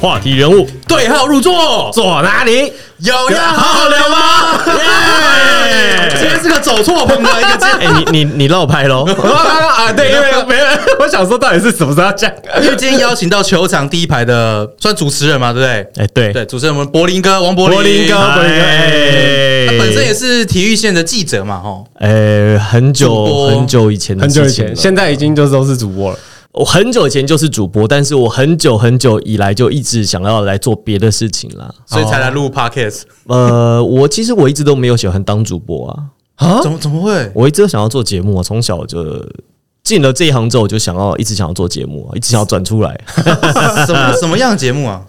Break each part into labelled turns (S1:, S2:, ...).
S1: 话题人物
S2: 对号入座，
S1: 坐哪里？
S2: 有
S1: 要好好聊吗？
S2: 耶！今天是个走错棚的一个
S1: 哎、你你你漏拍喽！
S2: 啊，对，因为
S1: 没人，我想说到底是什么时候讲？
S2: 因为今天邀请到球场第一排的算主持人嘛，对不对？
S1: 哎、对，
S2: 对，主持人我们柏林哥王柏林，
S1: 柏林哥，柏林哥，
S2: 他
S1: 哎
S2: 本身也是体育线的记者嘛，吼，
S1: 哎、很
S2: 主
S1: 久
S2: 播
S1: 很久以前的
S3: 很久以
S1: 事情
S3: 前，
S1: 了。
S3: 现在已经就是都是主播了。
S1: 我很久以前就是主播，但是我很久很久以来就一直想要来做别的事情啦。
S2: 所以才来录 podcast。
S1: 呃，我其实我一直都没有喜欢当主播啊，
S3: 啊
S2: 怎么怎么会？
S1: 我一直都想要做节目啊，从小就进了这一行之后，我就想要一直想要做节目啊，一直想要转出来。
S2: 什么什么样的节目啊？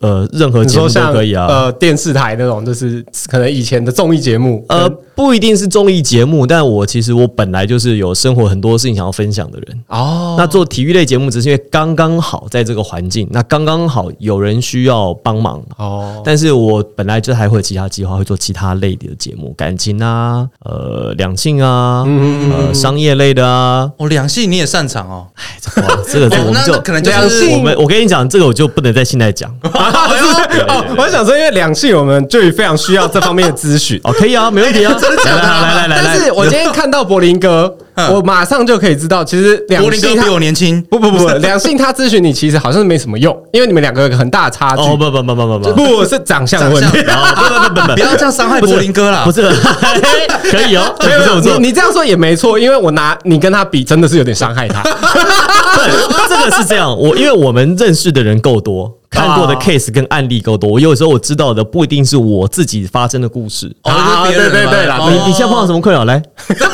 S1: 呃，任何
S3: 你
S1: 节
S3: 说
S1: 目都
S3: 像
S1: 可以啊。
S3: 呃电视台那种，就是可能以前的综艺节目，
S1: 呃，
S3: 跟
S1: 不一定是综艺节目，但我其实我本来就是有生活很多事情想要分享的人。
S3: 哦，
S1: 那做体育类节目，只是因为刚刚好在这个环境，那刚刚好有人需要帮忙。
S3: 哦，
S1: 但是我本来就还会有其他计划，会做其他类的节目，感情啊，呃，两性啊，呃，商业类的啊。
S2: 哦，两性你也擅长 哦，
S1: 哎这个哇，这个这个
S2: 哦
S1: 我们
S2: 那
S1: 就
S2: 那可能就是
S3: 两性
S1: 我们我跟你讲，这个我就不能在现在讲。
S2: 哎
S3: 哦，我想说，因为两性我们就非常需要这方面的咨询
S1: 哦，可以啊，没问题啊，真的假的？ 来来来来
S3: 但
S1: 来嗯
S3: 是，我今天看到柏林哥，我马上就可以知道，其实两
S2: 柏林哥
S3: 性他
S2: 比我年轻，
S3: 不不不，两性他咨询你其实好像没什么用，因为你们两个有个很大的差距。
S1: 哦不不不不不不，
S3: 不是长相的问题，
S1: 哦不不不不不
S2: 不，要这样伤害柏林哥啦
S1: 不。是，可以哦，不错不错，
S3: 你你这样说也没错，因为我拿你跟他比，真的是有点伤害他。
S1: 对，这个是这样，我因为我们认识的人够多，看过的 case 跟案例够多，我有时候我知道的不一定是我自己发生的故事。
S2: 哦就是别人
S3: 对对
S2: 嘛
S3: 对啦
S2: 哦
S1: 你你现在碰到什么困扰？来，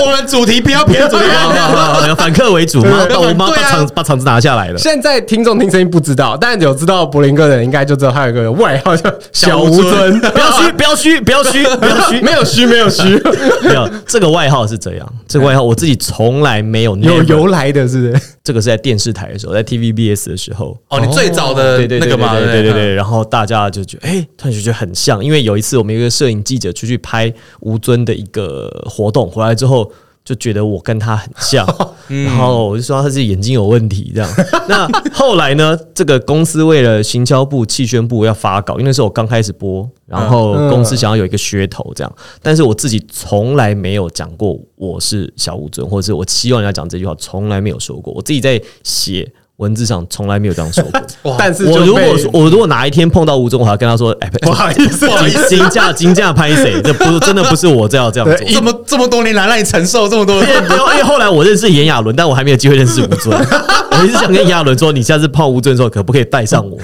S2: 我们主题不要偏主题好不好？
S1: 要反客为主嘛，
S3: 对
S1: 把我妈把
S2: 对啊
S1: 场把场子拿下来了。
S3: 现在听众听声音不知道，但有知道柏林哥的人应该就知道他有个外号叫小
S2: 吴
S3: 吴尊，
S2: 尊
S1: 不要虚，不要虚，不要虚，不要虚，
S3: 没有虚，没有虚，
S1: 没有这个外号是这样，这个外号我自己从来没有
S3: 有
S1: never
S3: 由来的是不是？
S1: 这个是在电视台的时候，在 TVBS 的时候，
S2: 哦，你最早的
S1: 对对
S2: 那
S1: 对
S2: 个
S1: 对
S2: 嘛，
S1: 对对嗯对
S2: 不
S1: 对，然后大家就觉得，哎、突然就觉得很像，因为有一次我们有一个摄影记者出去拍吴尊的一个活动，回来之后。就觉得我跟他很 像，嗯然后我就说他是眼睛有问题这样。那后来呢？这个公司为了行销部、气宣部要发稿，因为那时候我刚开始播，然后公司想要有一个噱头这样，但是我自己从来没有讲过我是小吴尊，或者是我期望人家讲这句话，从来没有说过。我自己在写文字上从来没有这样说过。
S3: 但是
S1: 我
S3: 就
S1: 如果
S3: 被
S1: 说我如果哪一天碰到吴宗华，跟他说，哎、 不好意 思， 金价金价拍谁？ 这不真的不是我这样这样做。
S2: 对，这么这么多年来让你承受这么多
S1: 因为因为后来我认识炎亚纶，但我还没有机会认识吴 尊。我一直想跟炎亚纶说，你下次碰吴尊的时候，可不可以带上 我？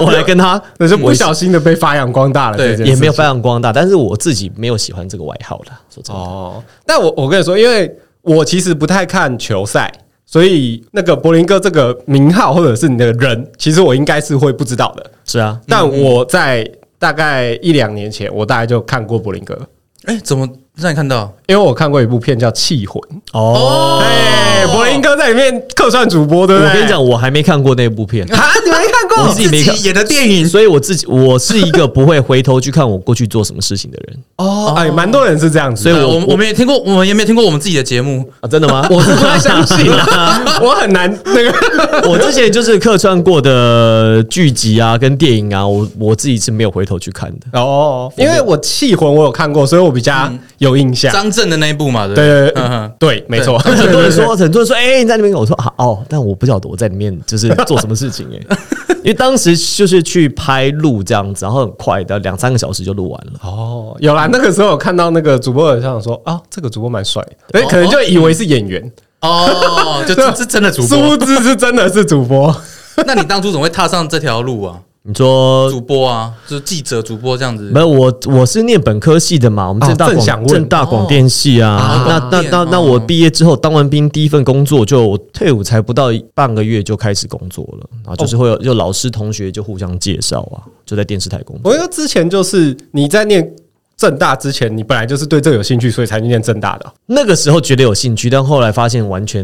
S1: 我来跟他，
S3: 那就不小心的被发扬光大了，
S2: 对
S3: 这件
S1: 也没有
S3: 事
S1: 发扬光大，但是我自己没有喜欢这个外号啦。说真的，
S3: 哦。但我我跟你说，因为我其实不太看球赛，所以那个柏林哥这个名号或者是你的人，其实我应该是会不知道的。
S1: 是啊，
S3: 但我在大概一两年前，我大概就看过柏林哥，
S2: 哎，怎么让你看到？
S3: 因为我看过一部片叫《气魂》。
S1: 哦，
S3: 哎，柏林哥在里面客串主播，对不对？
S1: 我跟你讲，我还没看过那部片，
S3: 啊，你没看过？
S1: 我自己没看。
S2: 演的电影
S1: 所以我自己，我是一个不会回头去看我过去做什么事情的人
S3: 哦，哎，蛮多人是这样子
S1: 所以
S3: 的，
S2: 呃
S1: 我
S2: 我我们也听过，我们也没有听过我们自己的节目。
S1: 啊！真的 吗？
S3: 我是不太相信啊， 我很难那个。
S1: 我之前就是客串过的剧集啊，跟电影啊，我我自己是没有回头去看的。
S3: 哦， 因为我气魂我有看过，所以我比较有印象。
S2: 张震的那一部嘛，对不
S3: 对对
S2: 嗯哼
S3: 对，没错。
S1: 很多人说，很多人说，哎、你在那边，我说啊，哦，但我不晓得我在里面就是做什么事情 哎、因为当时就是去拍录这样子，然后很快的两三个小时就录完了。
S3: 哦，有啦，那个时候有看到那个主播有想说啊，这个主播蛮帅的，所以可能就以为是演员，
S2: 哦，就这是真的主播。
S3: 殊不知是真的是主播。
S2: 那你当初怎么会踏上这条路啊？
S1: 你说
S2: 主播啊，就是记者、主播这样子
S1: 呃没。有我，我是念本科系的嘛，我们正大
S3: 哦正
S1: 广
S3: 想问
S1: 正大广电系啊
S2: 哦。啊
S1: 那那
S2: 广
S1: 那
S2: 电
S1: 那
S2: 哦
S1: 我毕业之后当完兵，第一份工作就我退伍才不到半个月就开始工作了，然后就是会有
S3: 哦
S1: 就老师同学就互相介绍啊，就在电视台工作。
S3: 我因为之前就是你在念正大之前，你本来就是对这个有兴趣，所以才去念正大的。
S1: 那个时候觉得有兴趣，但后来发现完全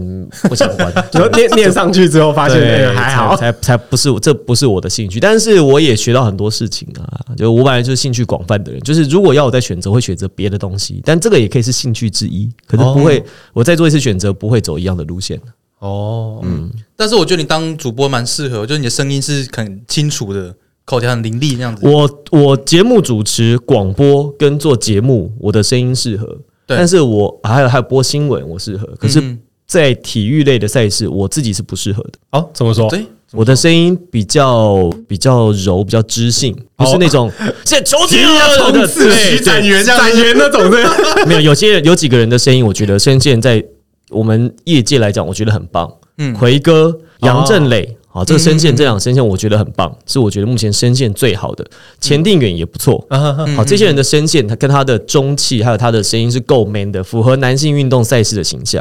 S1: 不相关，
S3: 然后念念上去之后，发现
S1: 对，
S3: 哎还好，
S1: 才才才不是我这不是我的兴趣，但是我也学到很多事情啊。就我本来就是兴趣广泛的人，就是如果要我再选择，会选择别的东西，但这个也可以是兴趣之一，可是不会，我再做一次选择，不会走一样的路线。啊
S3: 哦，嗯，
S2: 但是我觉得你当主播蛮适合，就是你的声音是很清楚的，口条很伶俐那样子。
S1: 我我节目主持、广播跟做节目，我的声音适合，
S2: 对
S1: 但是我还有还有播新闻，我适合。可是，
S2: 嗯
S1: 在体育类的赛事，我自己是不适合的。
S3: 哦，怎么说？
S2: 对，
S1: 我的声音比较比较柔，比较知性，不
S3: 哦
S1: 是 那种这球 停了
S3: 冲刺
S1: 对
S3: 徐
S1: 对
S3: 展元这样子，展元那种的，
S1: 没有，有些人有几个人的声音，我觉得声线在我们业界来讲，我觉得很棒。
S2: 嗯
S1: 奎哥、杨振磊，好、这个声线，这两个声线我觉得很棒，是我觉得目前声线最好的。钱定远也不错。
S2: 嗯
S1: 好，这些人的声线，他跟他的中气，还有他的声音是够 man 的，符合男性运动赛事的形象。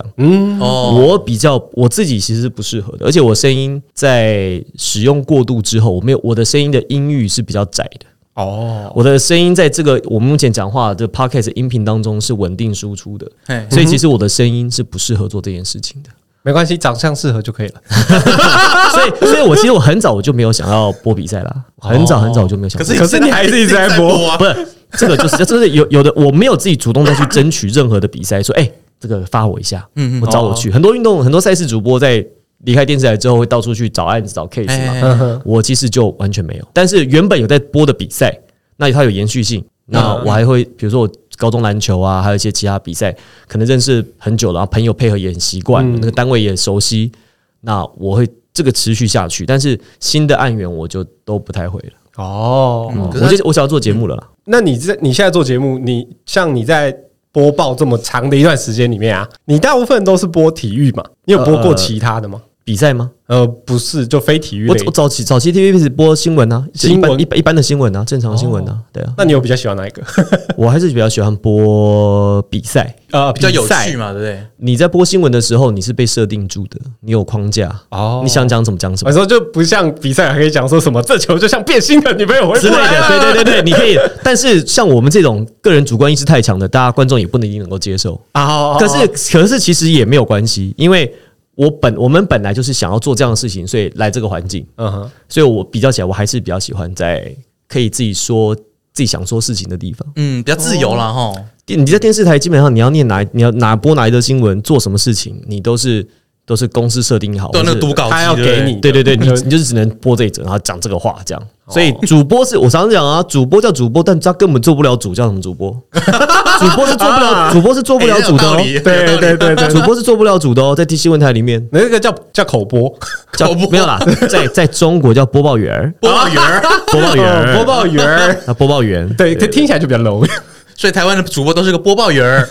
S2: 哦，
S1: 我比较我自己其实是不适合的，而且我声音在使用过度之后，我没有我的声音的音域是比较窄的。
S3: 哦，
S1: 我的声音在这个我们目前讲话的 podcast 音频当中是稳定输出的，
S2: 嘿
S1: 所以其实我的声音是不适合做这件事情的。
S3: 没关系，长相适合就可以了。
S1: 所以，所以我其实我很早我就没有想要播比赛啦，很早很早我就没有想
S2: 可
S1: 过。
S2: 是
S3: 可是你还是一直在播
S2: 啊
S1: 不，是这个就是就是有有的我没有自己主动再去争取任何的比赛，说哎、这个发我一下，
S2: 嗯嗯
S1: 我找我去。很多运动很多赛事主播在离开电视台之后会到处去找案子找 case 嘛，
S2: 哎哎哎
S3: 嗯哼
S1: 我其实就完全没有。但是原本有在播的比赛，那它有延续性，
S3: 嗯
S1: 那我还会比如说我高中篮球啊，还有一些其他比赛，可能认识很久了，然后朋友配合也很习惯，
S3: 嗯
S1: 那个单位也熟悉，那我会这个持续下去。但是新的案源我就都不太会了。
S3: 哦，
S2: 可是
S1: 我就我想要做节目了啦，
S3: 那你这你现在做节目，你像你在播报这么长的一段时间里面啊，你大部分都是播体育嘛？你有播过其他的吗？
S1: 比赛吗？
S3: 呃，不是，就非体育
S1: 我
S3: 类
S1: 我。早期早期 TVB 是播新闻啊，
S3: 新闻哦
S1: 一般一般一般的新闻啊，正常新闻啊，对啊，
S3: 那你有比较喜欢哪一个？
S1: 我还是比较喜欢播比赛。
S3: 呃，
S2: 比较有
S3: 比赛
S2: 趣嘛，对不对？
S1: 你在播新闻的时候，你是被设定住的，你有框架，
S3: 哦
S1: 你想讲什么讲什么
S3: 我。说就不像比赛还可以讲说什么这球就像变心的女朋友回
S1: 之
S3: 不
S1: 类
S3: 来啊
S1: 的，
S3: 了，
S1: 对对对对，你可以。但是像我们这种个人主观意识太强的，大家观众也不能一定能够接受。
S3: 啊
S1: 可是可是其实也没有关系，因为我本我们本来就是想要做这样的事情，所以来这个环境，
S3: 嗯哼，
S1: 所以我比较起来，我还是比较喜欢在可以自己说自己想说事情的地方。
S2: 嗯，比较自由啦，哈。
S3: 哦
S1: 电你在电视台基本上你要念哪你要哪播哪一则新闻，做什么事情，你都是都是公司设定好，
S2: 对，那
S1: 或
S2: 个
S1: 是
S2: 读稿机
S3: 他要
S2: 对不对
S3: 给你
S1: 对对对，你
S3: 就
S1: 你就是只能播这一则，然后讲这个话这样。
S2: 哦
S1: 所以主播是我常常讲啊，主播叫主播，但他根本做不了主，叫什么主播？ 主播是做不了，主播是做不了主的哦
S2: 啊哎。有道理
S3: 对对对对对
S1: 主播是做不了主的哦，在新闻台里面
S3: 那个叫叫口播，
S1: 叫
S2: 口播
S1: 没有啦，在在中国叫播报员儿，
S2: 播报员儿，
S1: 播报员
S3: 哦 播
S1: 儿，
S3: 报员儿，
S1: 那播报员
S3: 对，这听起来就比较 low。
S2: 所以台湾的主播都是个播报 员儿。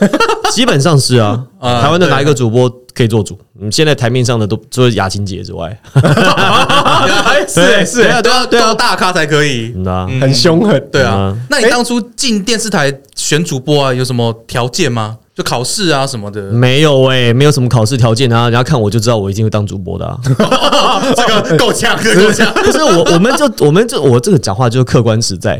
S1: 基本上是啊，
S2: 啊
S1: 台湾的哪一个主播可以做主？嗯，现在台面上的都除了雅琴姐之外，
S3: 哎是是
S2: 对啊，对啊，对啊，大咖才可以。
S1: 嗯啊，
S3: 很凶狠，
S2: 对啊
S1: 嗯，
S2: 那你当初进电视台选主播啊，有什么条件吗？就考试啊什 么的，
S1: 没有哎、没有什么考试条件啊，人家看我就知道我一定会当主播的啊。
S2: 这个 够呛，这个够 呛。
S1: 不是我，我们就我们就我这个讲话就是客观实在，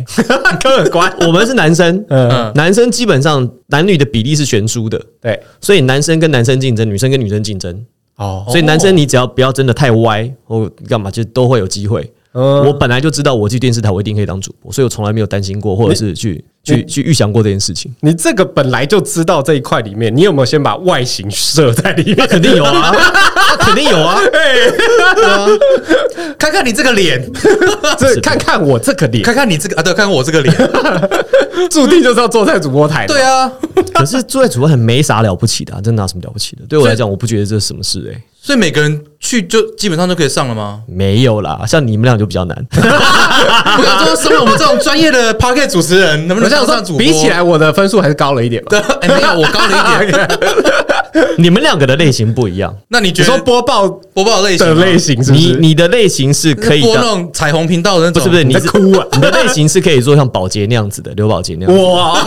S3: 客观，
S1: 我们是男生，
S3: 嗯，
S2: 嗯
S1: 男生基本上男女的比例是悬殊的，
S3: 对，
S1: 所以男生跟男生竞争，女生跟女生竞争，
S3: 哦，
S1: 所以男生你只要不要真的太歪或干嘛，就都会有机会。
S3: 嗯
S1: 我本来就知道我去电视台我一定可以当主播，所以我从来没有担心过，或者是去去去预想过这件事情。
S3: 你这个本来就知道这一块里面，你有没有先把外形设在里面？
S1: 肯定有啊， 肯定有啊，
S3: 啊
S2: 看看你这个脸，
S3: 这看看我这个脸，
S2: 看看你这个啊，对，看看我这个脸。
S3: 注定就是要坐在主播台。
S2: 对，啊，
S1: 可是坐在主播很没啥了不起的、啊，真拿什么了不起的？对我来讲，我不觉得这是什么事哎、
S2: 所以每个人去就基本上就可以上了 吗？
S1: 没有啦，像你们俩就比较难。
S2: 我想说，身为我们这种专业的 p a r k e t 主持人，能
S3: 我
S2: 不能
S3: 想
S2: 当上
S3: 说，
S2: 主播？
S3: 比起来我的分数还是高了一点嘛。
S2: 对， 哎，没有，我高了一点。
S3: 啊
S1: 你们两个的类型不一样，
S2: 那你 觉
S3: 你说
S2: 得
S3: 播报
S2: 播报类型
S3: 的
S2: 吗
S3: 类型是不
S1: 你
S3: 是？
S1: 你的类型是可以
S2: 播那
S1: 当，
S2: 种彩虹频道的那
S1: 不
S2: 种，
S1: 是不是，你
S3: 在
S1: 是
S3: 哭 啊
S1: 你的类型是可以做像宝洁那样子的，刘宝洁那样子，
S3: 哇，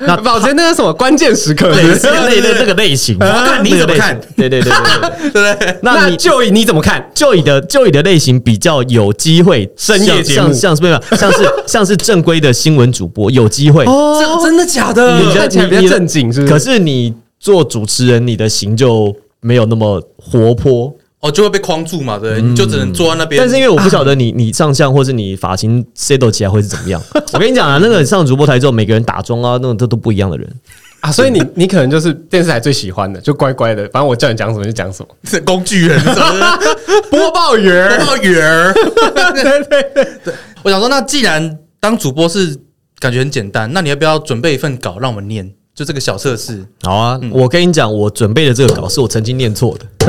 S1: 那
S3: 宝洁 那个什么关键时刻是不
S1: 对是
S3: 是，
S1: 那那那个类型，
S3: 啊
S2: 看你怎么看
S1: 那个类型？对对对对对 对，
S2: 对不对？
S1: 那你。
S3: 就以你怎么看？
S1: 就你的就你的类型比较有机会，
S3: 深夜
S1: 像
S3: 节目
S1: 像像是没有像是像是正规的新闻主播有机会，
S2: 这样真的假的？
S1: 你
S3: 哦看
S1: 的
S3: 起来比较
S1: 你的
S3: 正经是不是
S1: 可是你做主持人，你的型就没有那么活泼，
S2: 哦，就会被框住嘛，对不对，你就只能坐在那边。
S1: 但是因为我不晓得你你上相或是你发型 settle 起来会是怎么样，我跟你讲啊，那个上主播台之后，每个人打妆啊，那种都都不一样的人，
S3: 啊，所以你你可能就是电视台最喜欢的，就乖乖的，反正我叫你讲什么就讲什么。
S2: 是 工具人，是吧？
S3: 播报员，
S2: 到鱼儿。
S3: 对对 对，
S2: 我想说，那既然当主播是感觉很简单，那你要不要准备一份稿让我们念？就这个小测试，
S1: 好啊，我跟你讲，我准备的这个稿是我曾经念错的。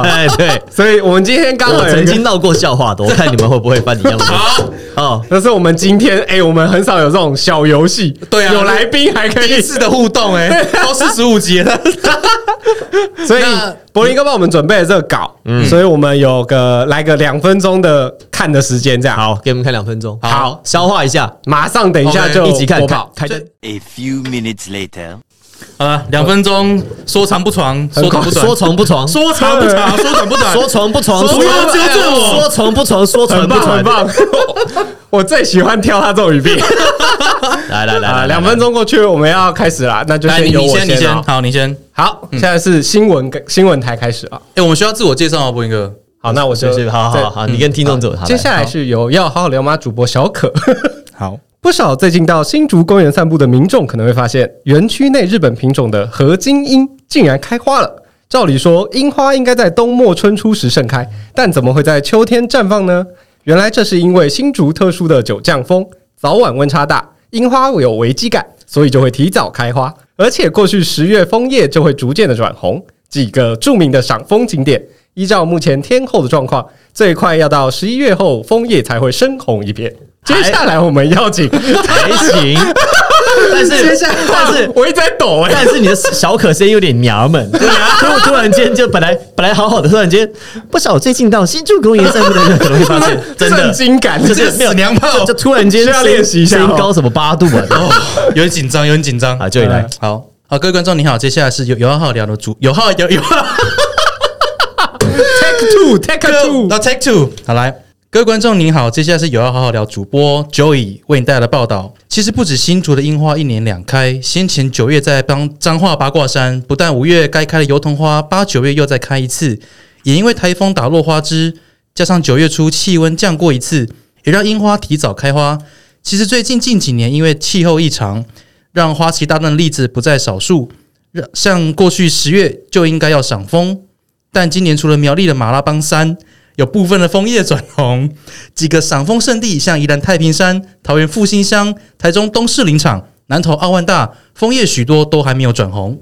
S1: 哎，对，
S3: 所以我们今天刚好
S1: 我
S3: 有一
S1: 曾
S3: 个
S1: 经闹过笑话的，我看你们会不会犯一样的错。哦，
S3: 那是我们今天哎、我们很少有这种小游戏，
S2: 对啊
S3: 有来宾还可
S2: 第一
S3: 以，
S2: 次的互 动、欸，哎，都四十五集 了，
S3: 所以
S2: 那
S3: 柏林哥帮我们准备了这个稿，
S1: 嗯
S3: 所以我们有个来个两分钟的看的时间，这样
S1: 好，给你们看两分钟，
S2: 好
S1: 消化一下，
S3: 马上等一下
S2: OK，
S3: 就
S1: 一起看
S3: 播
S1: 看
S3: 报，
S1: 开灯。
S4: A few minutes later.
S2: 啊，两分钟，说长不长，说短不短，
S1: 说床不床，
S2: 说长不 长，说短不短，
S1: 说床不床，
S2: 不要纠正我
S1: 说床不床，说
S3: 很
S1: 床不
S3: 棒
S1: 床
S3: 很。棒， 我最喜欢挑他这种语病
S1: 来来来
S3: 啊！
S1: 来，
S3: 两分
S1: 钟。
S3: 钟过去，我们要开始啦，那就
S2: 来，
S3: 先
S2: 你
S3: 由
S2: 你
S3: 我
S2: 先，啊你先，
S3: 哦
S2: 好，你先。
S3: 好，
S1: 嗯
S3: 现在是新闻新闻台开始啊。
S2: 哎，我们需要自我介绍吗，波音哥？
S3: 好，那我
S1: 谢
S3: 就
S1: 谢，好好好，你跟听众走。好
S3: 接下来是由要好好聊吗主播小可。
S2: 好，
S3: 不少最近到新竹公园散步的民众可能会发现，园区内日本品种的合金樱竟然开花了。照理说，樱花应该在冬末春初时盛开，但怎么会在秋天绽放呢？原来这是因为新竹特殊的九降风，早晚温差大，樱花有危机感，所以就会提早开花。而且过去十月枫叶就会逐渐的转红。几个著名的赏枫景点，依照目前天候的状况，最快要到十一月后枫叶才会深红一片。接下来我们邀请
S1: 还行，但是
S3: 接下来，
S1: 哎但 是
S3: 我一直在抖哎、
S1: 但是你的小可声音有点娘们，对啊，突突然间就本来本来好好的，突然间不少最近到新竹公园散步的人可能会发现，真的
S3: 震惊感，
S1: 就
S2: 这
S1: 是
S2: 是
S1: 没有
S2: 死娘炮
S1: 就，突然间
S3: 需要练习一下哦
S1: 声音高什么八度啊？
S2: 哦，有点紧张，有点紧张嗯
S1: 啊，就你来，
S2: 好好，各位观众你好，接下来是有有号聊的主有号有有号
S3: take two take
S2: 到 take two，好来。各位观众您好，接下来是有要好好聊主播 Joey 为你带来的报道。其实不止新竹的樱花一年两开，先前九月在帮彰化八卦山，不但五月该开的油桐花，八九月又再开一次，也因为台风打落花枝，加上九月初气温降过一次，也让樱花提早开花。其实最近近几年，因为气候异常，让花期大增的例子不在少数。让像过去十月就应该要赏枫，但今年除了苗栗的马拉邦山有部分的枫叶转红，几个赏枫圣地像宜兰太平山、桃园复兴乡、台中东势林场、南投奥万大，枫叶许多都还没有转红。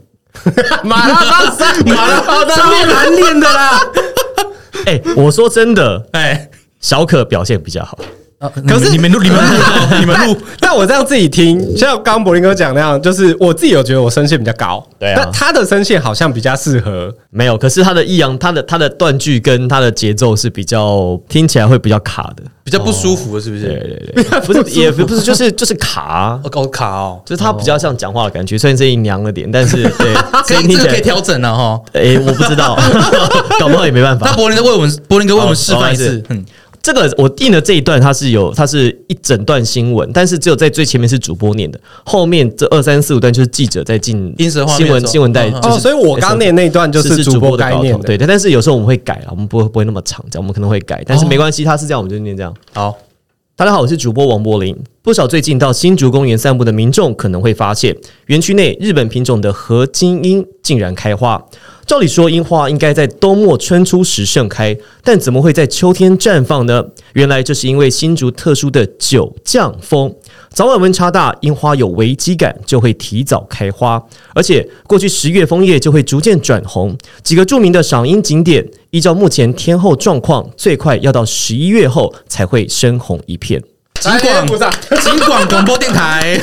S3: 马拉巴山，马拉巴 山，难念的啦。
S1: 哎，我说真的，
S2: 哎、
S1: 小可表现比较好，
S2: 可是你们录，你们 录，你们录，
S3: 但我这样自己听，像刚刚柏林哥讲那样，就是我自己有觉得我声线比较高，
S1: 对啊
S3: 那他的声线好像比较适合，
S1: 没有，可是他的抑扬，他的他的断句跟他的节奏是比较听起来会比较卡的，
S2: 比较不舒服是不
S1: 对
S2: 是？
S1: 对对，不是也不是就是就是卡啊。
S2: 哦，哦卡哦，
S1: 就是他比较像讲话的感觉，虽然声音娘了点，但是对，
S2: 可
S1: 声
S2: 以
S1: 音听
S2: 这
S1: 起
S2: 个可
S1: 来
S2: 以调整了哈。
S1: 诶，哎我不知 道，搞不好也没办
S2: 那
S1: 法。
S2: 柏林哥为我们，柏林哥为我们
S1: 好
S2: 示范一次
S1: 不，
S2: 嗯，
S1: 这个我印的这一段，它是有，它是一整段新闻，但是只有在最前面是主播念的，后面这二三四五段就是记者在进
S2: 音色画面
S1: 新
S2: 的
S1: 闻
S2: 时候
S1: 新闻带
S2: 嗯嗯，
S1: 就是
S3: 哦，所以我刚念那一段就是主播
S1: 的
S3: 该
S1: 稿
S3: 念
S1: 头对，但是有时候我们会改啊，我们不会不会那么长，这样我们可能会改，但是没关系，他是这样，我们就念这样。
S2: 好，
S1: 大家哦好，我是主播王柏林。不少最近到新竹公园散步的民众可能会发现，园区内日本品种的合金樱竟然开花。照理说，樱花应该在冬末春初时盛开，但怎么会在秋天绽放呢？原来这是因为新竹特殊的九降风，早晚温差大，樱花有危机感，就会提早开花。而且过去十月枫叶就会逐渐转红。几个著名的赏樱景点，依照目前天候状况，最快要到十一月后才会深红一片。
S2: 尽管
S3: 鼓掌。
S2: 尽管嗯广播电台，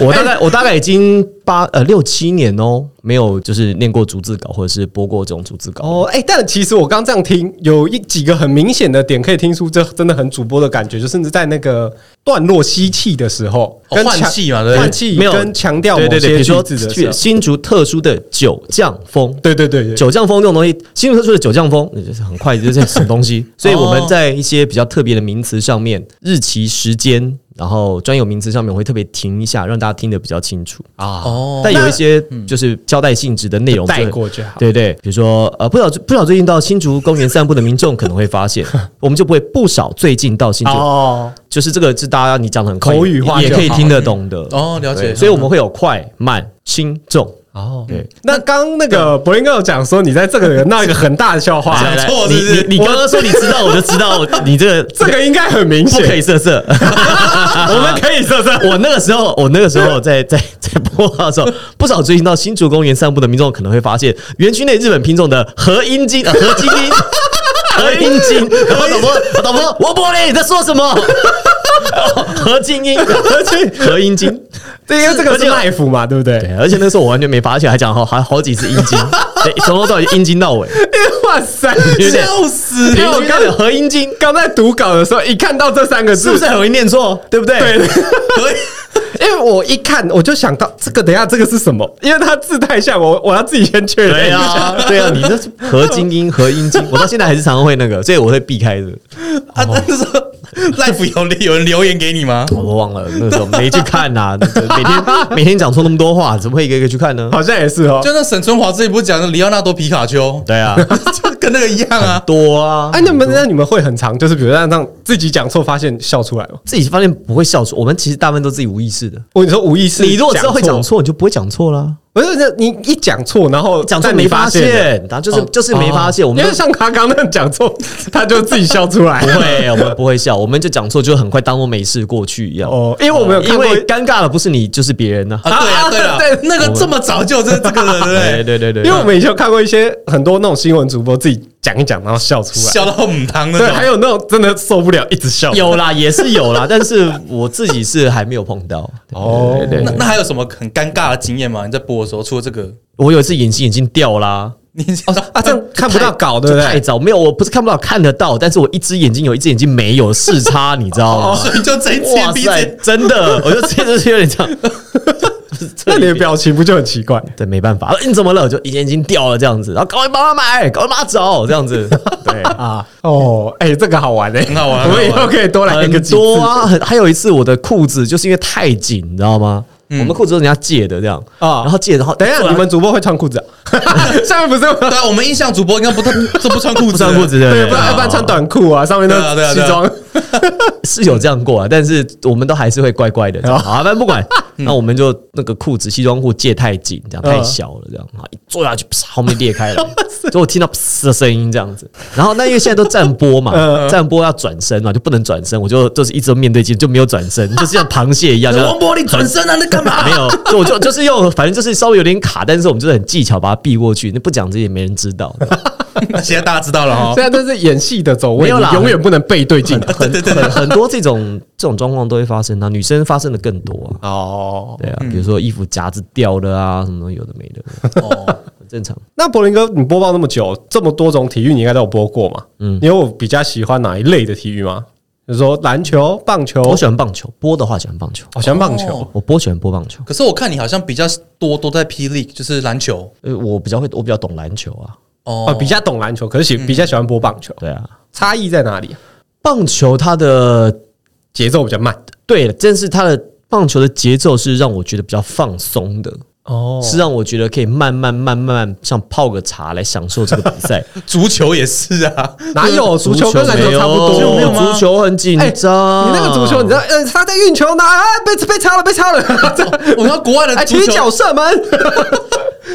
S1: 我大概我大概已经八呃六七年哦，没有就是念过逐字稿或者是播过这种逐字稿。
S3: 哦，哎、但其实我刚这样听，有一几个很明显的点可以听出，这真的很主播的感觉，就甚至在那个段落吸气的时候，
S2: 哦
S3: 跟
S2: 换
S3: 强
S2: 气嘛对不对
S3: 换气
S1: 没有
S3: 跟强调
S1: 对
S3: 某
S1: 对
S3: 些
S1: 对，比如
S3: 句
S1: 说
S3: 子的时候，
S1: 新竹特殊的九降风，
S3: 对对对对，
S1: 九降风这种东西，新竹特殊的九降风，那就 是很快就是什么东西。所以我们在一些比较特别的名词上面，日期、时间，然后专有名词上面我会特别停一下，让大家听得比较清楚。
S3: 啊，
S2: 哦，
S1: 但有一些就是交代性质的内容就会，
S3: 带过就好。
S1: 对对，比如说呃，不少不少最近到新竹公园散步的民众可能会发 现，我们就不会不少最近到新竹，
S3: 哦，
S1: 就是这个是大家你讲的很快
S3: 口语化
S1: 也
S3: 就
S1: 可以
S3: 好
S1: 听得懂的。
S2: 哦，了解。
S1: 对，所以我们会有快、慢、轻、重。哦，对，
S3: 那刚刚那个博林哥有讲说，你在这个有闹一个很大的笑话，
S1: 来来
S2: 错
S1: 你
S2: 是不是
S1: 你你刚刚说你知道，我就知道我你这个
S3: 这个应该很明
S1: 不可
S3: 显。
S1: 以色色。
S3: 我们可以设置，
S1: 我那个时候，我那个时候在在在播报的时候，不少追寻到新竹公园散步的民众可能会发现，园区内日本品种的和阴茎、呃和基因、和阴茎，然后导播导播王柏林你在说什么？和精英，和精和阴茎，
S3: 这因为这个是 life 嘛，对不对？
S1: 对，而且那时候我完全没发现，还讲好还好几次阴茎，对从头到尾阴茎到尾，
S3: 哇塞！
S1: 有点
S2: 笑死！
S1: 因为哎我刚才和阴茎
S3: 刚在读稿的时候，一看到这三个字，
S1: 是不是很容易念错？对不对？
S3: 对， 因为我一看我就想到这个，等一下这个是什么？因为它字太像我，我要自己先确认
S1: 对
S3: 一下。
S1: 啊， 对啊，你这是和精英和阴茎，我到现在还是常常会那个，所以我会避开的。
S2: 啊，那时候 life 有人有人留言给你吗？
S1: 我忘了那时候没去看呐、 每天每天讲错那么多话，怎么会一个一个去看呢？
S3: 好像也是哦。
S2: 就那沈春华自己不是讲的里奥纳多皮卡丘，
S1: 对啊，
S2: 就跟那个一样啊。
S1: 多啊
S3: 啊，，你们那你们会很长，就是比如让让自己讲错，发现笑出来吗？
S1: 自己发现不会笑出，我们其实大部分都自己无意识的。
S3: 我你说无意识，
S1: 你如果知道会讲，错，你就不会讲错啦。
S3: 不是那你一讲错，然后
S1: 讲错
S3: 但
S1: 没
S3: 你
S1: 发
S3: 现，
S1: 现，哦然后就是就是没发现，我
S3: 因
S1: 们
S3: 为
S1: 都
S3: 像他刚刚那讲错， 他就自己笑出来
S1: 不。会，我们不会笑，我们就讲错，就很快当我没事过去一样。
S3: 哦，因为我没有看
S1: 因
S3: 过，
S1: 为尴尬的不是你就是别人呐。
S2: 啊，对啊，
S3: 啊
S2: 对哎啊，
S3: 对
S2: 那个这么早就有这这个了，对不
S1: 对
S2: 对？
S1: 对对对，
S3: 因为我们以前有看过一些很多那种新闻主播自己讲一讲，然后笑出来。
S2: 笑到母汤那
S3: 对，还
S2: 种。
S3: 有那种真的受不了，一直笑。
S1: 有啦，也是有 啦，但是我自己是还没有碰到。
S3: 哦，
S2: 那那还有什么很尴尬的经验吗？你在播的时候，除了这个，
S1: 我有一次眼睛眼镜掉啦，
S2: 你
S3: 啊，这样看不到稿，对
S1: 就
S3: 不
S1: 太
S3: 对？
S1: 早没有，我不是看不到，看得到，但是我一只眼睛有，一只眼睛没有视差， 你知道
S3: 哦
S1: 吗？
S2: 所以就这一
S1: 哇
S2: 次鼻
S1: 塞
S2: 子，
S1: 真的，我就这就 是有点这样。
S3: 那你的表情不就很奇怪？
S1: 对，没办法，呃你怎么了？我就眼睛掉了这样子，然后赶快帮他买，赶快帮他找这样子。对，
S3: 啊，哦，哎、这个好玩哎、
S2: 很好 玩
S3: 我们以
S2: 很好
S3: 后可以多来一个
S1: 很
S3: 几次
S1: 多啊，很还有一次我的裤子就是因为太紧，你知道吗？我们裤子都是人家借的这样
S3: 嗯啊
S1: 然后借，然后
S3: 等一下，你们主播会穿裤子、啊？ 下面不是
S2: 对啊，我们印象主播应该不太都不穿裤子，
S1: 不穿裤 子，的，
S3: 对，不然一般穿短裤啊，上面
S2: 对啊
S3: 都
S2: 对啊
S3: 是西
S2: 对啊
S3: 装。
S1: 是有这样过啊，但是我们都还是会乖乖的这样。好啊，反正不管，那我们就那个裤子、西装裤借太紧，这样太小了，这样啊，一坐下去，啪后面裂开了，所以我听到噗的声音这样子。然后那因为现在都站播嘛，站播要转身嘛，就不能转身，我就就是一直都面对镜，就没有转身， 就是像螃 蟹一样。就是
S2: 王柏林转身啊，那干 嘛？
S1: 没有，就我就就是用，反正就是稍微有点卡，但是我们就是很技巧把它避过去。那不讲这些也没人知道，
S2: 现在大家知道了哈
S3: 现。在这是演戏的走
S1: 没
S3: 位，
S1: 有啦
S3: 你永远不能背对镜啊头。
S1: 很很很多这种这种状况都会发生啊，女生发生的更多啊。
S3: 哦，
S1: 对啊，比如说衣服夹子掉了啊，什么东西有的没的，
S2: 哦
S1: 很正 常。
S3: 那柏林哥，你播报那么久，这么多种体育，你应该都有播过嘛？嗯，你有比较喜欢哪一类的体育吗？比如说篮球、棒球，
S1: 我喜欢棒球，播的话喜欢棒球，
S3: 好喜欢棒球。
S1: 我播喜欢播棒球。
S2: 可是我看你好像比较多都在霹雳，就是篮球
S1: 呃，我比较会，我比较懂篮球啊，
S3: 哦，
S2: 哦，
S3: 比较懂篮球，可是喜比较喜欢播棒球，
S1: 对啊，
S3: 差异在哪里啊？
S1: 棒球它的
S3: 节奏比较慢
S1: 对，正是它的棒球的节奏是让我觉得比较放松的，
S3: 哦
S1: 是让我觉得可以慢慢慢慢慢像泡个茶来享受这个比 赛。
S2: 足球也是 啊，
S3: 哪有哎足球跟篮球差不
S1: 没有
S2: 没有
S3: 多？
S2: 吗
S1: 足球很紧
S3: 哎
S1: 张，
S3: 你那个足球，你知道，呃，他在运球呢，啊，被被抄了，被抄了，
S2: 我们国外的
S3: 哎，
S2: 足
S3: 踢
S2: 球
S3: 脚射门，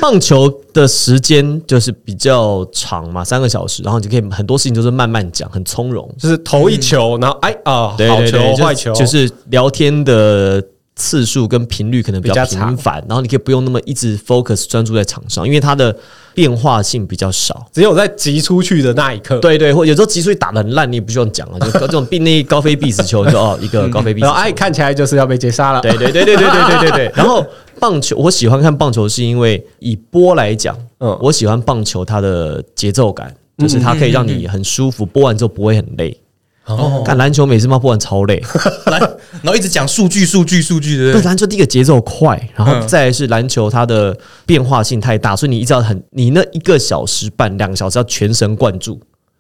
S1: 棒球的时间就是比较长嘛，三个小时，然后你就可以很多事情都是慢慢讲，很从容。
S3: 就是投一球，然后哎啊，
S1: 对
S3: 好
S1: 对对
S3: 球
S1: 就是
S3: 坏球，
S1: 就是聊天的次数跟频率可能比较
S3: 比较长
S1: 频繁，然后你可以不用那么一直 focus 专注在场上，因为它的变化性比较少。
S3: 只有在急出去的那一刻，，
S1: 对对，或有时候急速打的很烂，你也不需要讲了，就这种并那高飞必死球，就哦一个高飞必死
S3: 然
S1: 球
S3: 后。哎看起来就是要被截杀了，
S1: 对对对对对对对对对。 然后棒球，我喜欢看棒球是因为以波来讲，
S3: 嗯
S1: 嗯，我喜欢棒球它的节奏感，就是它可以让你很舒服，播完之后不会很累。哦，看篮球每次嘛播完 超累，
S2: 来，然后一直讲数据数据数据，对不
S1: 对
S2: 对？
S1: 篮球第一个节奏快，然后
S2: 嗯
S1: 再来是篮球它的变化性太大，所以你一直要很，你那一个小时半两个小时要全神贯注。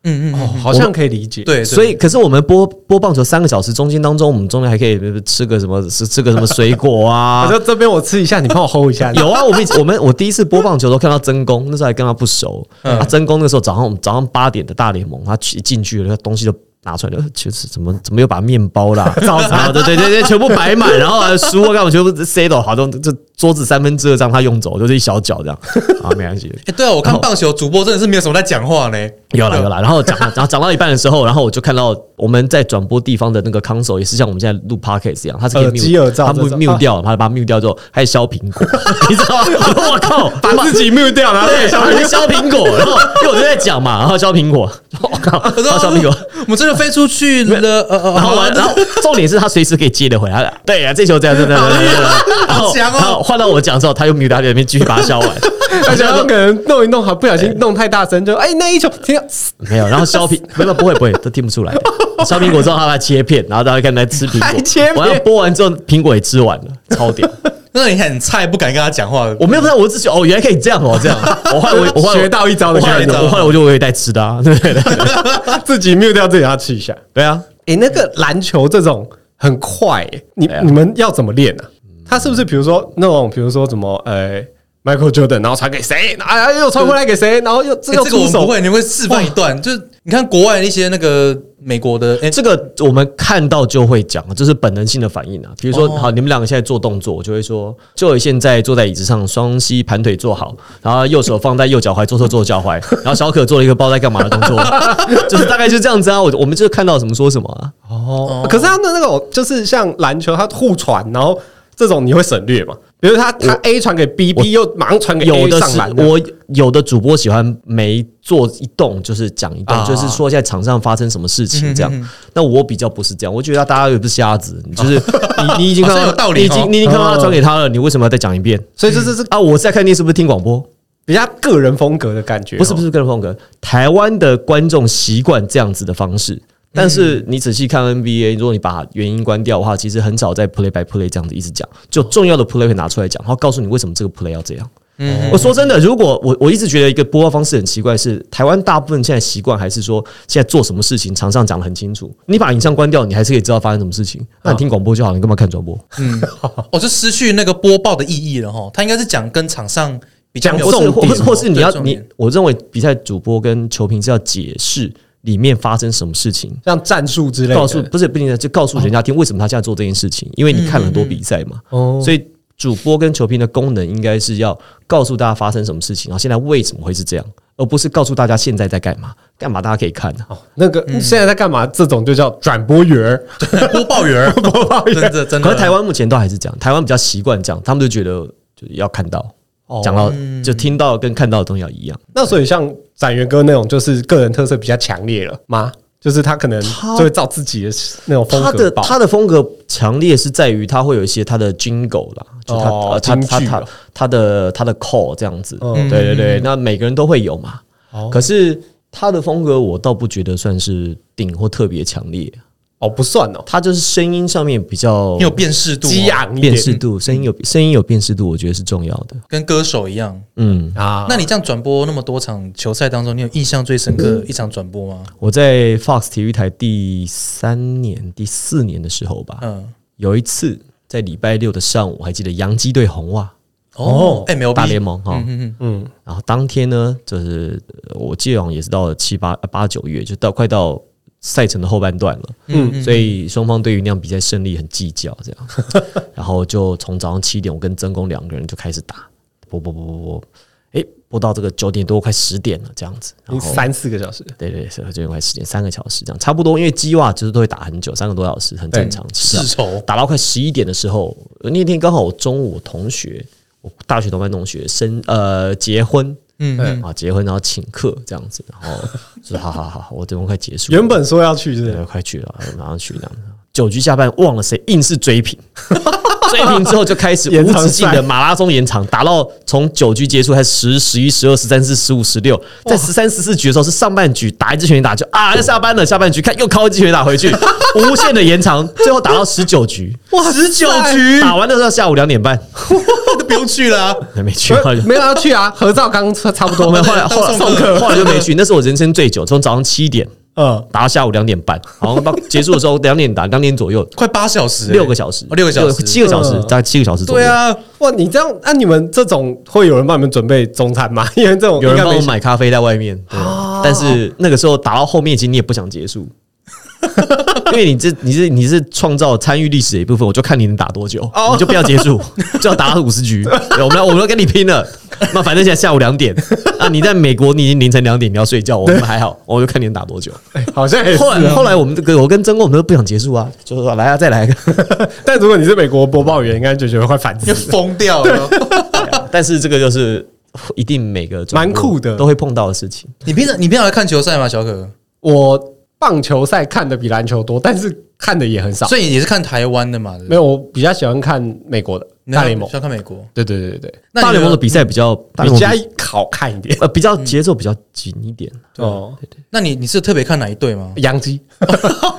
S2: 嗯嗯嗯，
S3: 哦，好像可以理解。，
S2: 对，
S1: 所以，可是我们播播棒球三个小时，中间当中，我们中间还可以吃个什么，吃吃个什么水果啊
S3: 我？说这边我吃一下，你帮我 hold 一下。
S1: 有啊，我们以前我们我第一次播棒球的时候看到曾公，那时候还跟他不熟。
S2: 嗯
S1: 啊，曾公那时候早上早上八点的大联盟，他去一进去了，他东西都拿出来了，呃其实怎么怎么又把面包啦、早餐，对对对对，全部摆满，然后呃书啊干嘛全部塞到，好像这桌子三分之二让他用走，就是一小角这样。啊，没关系，
S2: 哎，对啊，我看棒球主播真的是没有什么在讲话呢。
S1: 有啦有啦，然后讲，然后讲到一半的时候，然后我就看到我们在转播地方的那个 console 也是像我们现在录 podcast 一样，它是可以
S3: 耳
S1: mute,
S3: 机耳罩
S1: 它
S3: 这种
S1: mute 掉，它把它 mute 掉之后，还削苹果，你知道吗？我靠，
S3: 把自己 mute 掉，然后
S1: 对，还削苹果，然后因为我就在讲嘛，然后削苹果，我靠，然后削苹果，
S2: 我们真的飞出去了，呃呃，
S1: 然后
S2: 好
S1: 我
S2: 玩
S1: 然后重点是他随时可以接得回来，对啊，这球这样这样这样这样这样，然后然后换到我讲之后，他又 mute 他在那边继续把它削完，
S3: 而哦 且他们可能弄一弄，好不小心弄太大声，就哎那一球听到
S1: 没有，然后削苹，没有不会不会，都听不出来。削苹果之后，他来切片，然后大家看他吃苹
S3: 还
S1: 果。
S3: 切片
S1: 我要剥完之后，苹果也吃完了，超屌！
S2: 那你很菜，不敢跟他讲话。
S1: 我没有看到，我只是觉得哦，原来可以这样哦，这样。我后来我我后来
S3: 学到一招的
S1: 我后来
S2: 概念
S1: 我后来我就我也带吃的啊，对对对
S3: 自己 mute 掉，自己要吃一下。
S1: 对啊，
S3: 哎、那个篮球这种很快、欸，你、
S1: 对啊嗯
S3: 你们要怎么练呢、啊？他是不是比如说那种，比如说什么呃，Michael Jordan，然后传给谁，哎呀又传回来给谁，然后又这
S2: 欸
S3: 又
S2: 这个我
S3: 出
S2: 们不
S3: 手，
S2: 会，你会示范一段，就是你看国外的一些那个美国的，哎，
S1: 这个我们看到就会讲，这是本能性的反应啊。比如说，
S2: 哦
S1: 好，你们两个现在做动作，我就会说，就现在坐在椅子上，双膝盘腿坐好，然后右手放在右脚踝，左手做脚踝，然后小可做了一个不知道在干嘛的动作， 就是大概就这样子啊。我我们就是看到什么说什么啊。
S3: 哦可是他的那种就是像篮球，他互传，然后这种你会省略嘛？比如他他 A 传给 B，B 又马上传给
S1: 有
S3: A
S1: 的
S3: 上
S1: 是
S3: 篮的，
S1: 我有的主播喜欢每做一动就是讲一
S2: 啊
S1: 动，就是说在场上发生什么事情这样。那我比较不是这样，我觉得大家又不是瞎子，你就是你你已经看
S2: 好
S1: 到
S2: 像有道理
S1: 你已
S2: 哦
S1: 经你已经看到他传给他了，你为什么要再讲一遍？
S3: 所以这这是
S1: 啊，我在看电视不是听广播，
S3: 比较个人风格的感觉哦，
S1: 不是不是个人风格。台湾的观众习惯这样子的方式，但是你仔细看 NBA，如果你把原因关掉的话，其实很少在 play by play 这样子一直讲，就重要的 play 会拿出来讲，然后告诉你为什么这个 play 要这样。我说真的，如果我我一直觉得一个播报方式很奇怪是，台湾大部分现在习惯还是说现在做什么事情，场上讲的很清楚，你把影像关掉，你还是可以知道发生什么事情。那你听广播就好，你干嘛看转播？哦
S2: 我哦就失去那个播报的意义了哈。他应该是讲跟场上比较
S3: 讲
S2: 有哦
S1: 或是
S3: 重
S1: 或
S3: 点
S1: 或是或是你
S2: 对
S1: 要
S2: 重
S1: 你
S2: 点，
S1: 我认为比赛主播跟球评是要解释里面发生什么事情，
S3: 像战术之类的，
S1: 告诉不是不一定就告诉人家听为什么他现在做这件事情，因为你看了很多比赛嘛，所以主播跟球评的功能应该是要告诉大家发生什么事情，然后现在为什么会是这样，而不是告诉大家现在在干嘛，干嘛大家可以看啊。
S3: 哦那个现在在干嘛？这种就叫转播员儿，
S2: 播报员 儿，播报员真的真
S1: 哎可
S2: 的。
S1: 是台湾目前都还是这样，台湾比较习惯这样，他们就觉得就是要看到。
S3: 哦
S1: 讲到就听到跟看到的东西要一样，
S3: 那所以像展元哥那种，就是个人特色比较强烈了吗？就是他可能就会照自己的那种风
S1: 他
S3: 格
S1: 的
S3: 报。
S1: 他的风格强烈是在于他会有一些他的 jingle 啦，就他、
S3: 哦
S1: 呃他
S3: 金句
S1: 他
S3: 哦
S1: 他他的他的 call 这样子，
S3: 嗯
S1: 对对对，那每个人都会有嘛。
S3: 哦
S1: 可是他的风格我倒不觉得算是顶或特别强烈，
S3: 哦，不算哦，
S1: 他就是声音上面比较
S2: 你有辨识度哦，
S3: 激昂一
S1: 辨
S3: 点嗯
S1: 识度，声音有声音有辨识度，我觉得是重要的。
S2: 跟歌手一样。
S1: 嗯，
S3: 啊。
S2: 那你这样转播那么多场球赛当中，你有印象最深刻的一场转播吗？
S1: 我在 Fox 体育台第三年、第四年的时候吧，
S2: 嗯，
S1: 有一次在礼拜六的上午，我还记得洋基对红袜。
S2: 哦，MLB
S1: 大联盟哈，
S2: 嗯
S1: 嗯，然后当天呢，就是呃我记得好像也是到了七八呃八九月，就到快到赛程的后半段了，嗯，所以双方对于那样比赛胜利很计较，这样，然后就从早上七点，我跟曾公两个人就开始打，播播播播播，诶，播到这个九点多快十点了这样子，然
S3: 你
S1: 后。
S3: 嗯三四个小时，
S1: 对对，所以就快十点，三个小时这样差不多，因为鸡袜就是都会打很久，三个多小时很正常。其实啊
S2: 世仇
S1: 打到快十一点的时候，呃那天刚好我中午我同学，我大学同班同学生呃结婚，
S2: 嗯
S1: 嗯啊结婚然后请客这样子，然后 说好好好，我这边快结束了，
S3: 原本说要去是不
S1: 对
S3: 是，
S1: 快去了，我马上去这样子。九局下半忘了谁，硬是追平， 追平之后 就开始
S3: 延
S1: 无
S3: 长赛
S1: 止境的马拉松延长，打到从九局结束，还十、十一、十二、十三、十四、十五、十六，在十三、十四局的时候是上半局打一支全垒打就啊要下班了，下半局看又敲一支全垒打回 去，无限的延长，最后打到十九局，
S2: 哇，十九局
S1: 打完的时候下午两点半，
S2: 我的 不用去了啊、
S1: 还 没去，后来就
S3: 没有要去 啊，合照刚差不多。
S1: 我们后来
S2: 当
S1: 后来
S2: 送客
S1: 后来就没去，那是我人生最久，从早上七点
S2: 嗯，
S1: 打到下午两点半，好像到结束的时候两点打，两点左右，
S2: 快八小时欸、
S1: 六个小时，
S2: 哦六个小时，
S1: 七个小时
S3: 嗯，
S1: 大概七个小时左右。
S2: 对，啊，
S3: 哇，你这样，那、你们这种会有人帮你们准备中餐吗？ 因为这种
S1: 有
S3: 应该
S1: 人帮
S3: 没
S1: 我买咖啡在外面，对
S2: 哦
S1: 但是那个时候打到后面，其实你也不想 结束。因为你这你是你是创造参与历史的一部分，我就看你能打多久，
S2: 哦
S1: 你就不要结束， 就要打五十局。对我们要我们要跟你拼了。那反正现在下午两 点啊，你在美国你已经凌晨两点，你要睡觉，我们还好，我就看你能打多久。
S3: 好像
S2: 哎啊
S3: 也是
S1: 后来后来我们这个我跟曾公我们都不想结束啊，就是说来啊再来一个。
S3: 但如果你是美国播报员，应该就觉得快烦死
S2: 就
S3: 了。
S2: 哎疯掉了。
S1: 但是这个就是一定每个转播
S3: 蛮酷的
S1: 都会碰到的事情。
S2: 你平常你平常有看球赛吗，小可？
S3: 我棒球赛看的比篮球多，但是看的也很少。
S2: 所以你是看台湾的嘛？对不对
S3: 没有，我比较喜欢看美国的
S2: 你
S3: 大联盟。
S2: 想看美国？
S3: 对对对对对，
S2: 那你
S1: 大联盟
S2: 觉
S1: 的
S2: 得
S1: 比赛比较大联
S3: 比
S1: 盟
S3: 较
S1: 比
S3: 好看一点。
S1: 呃比较节奏比较紧一点。
S3: 哦，
S2: 那你你是特别看哪一队 吗？
S3: 洋 基，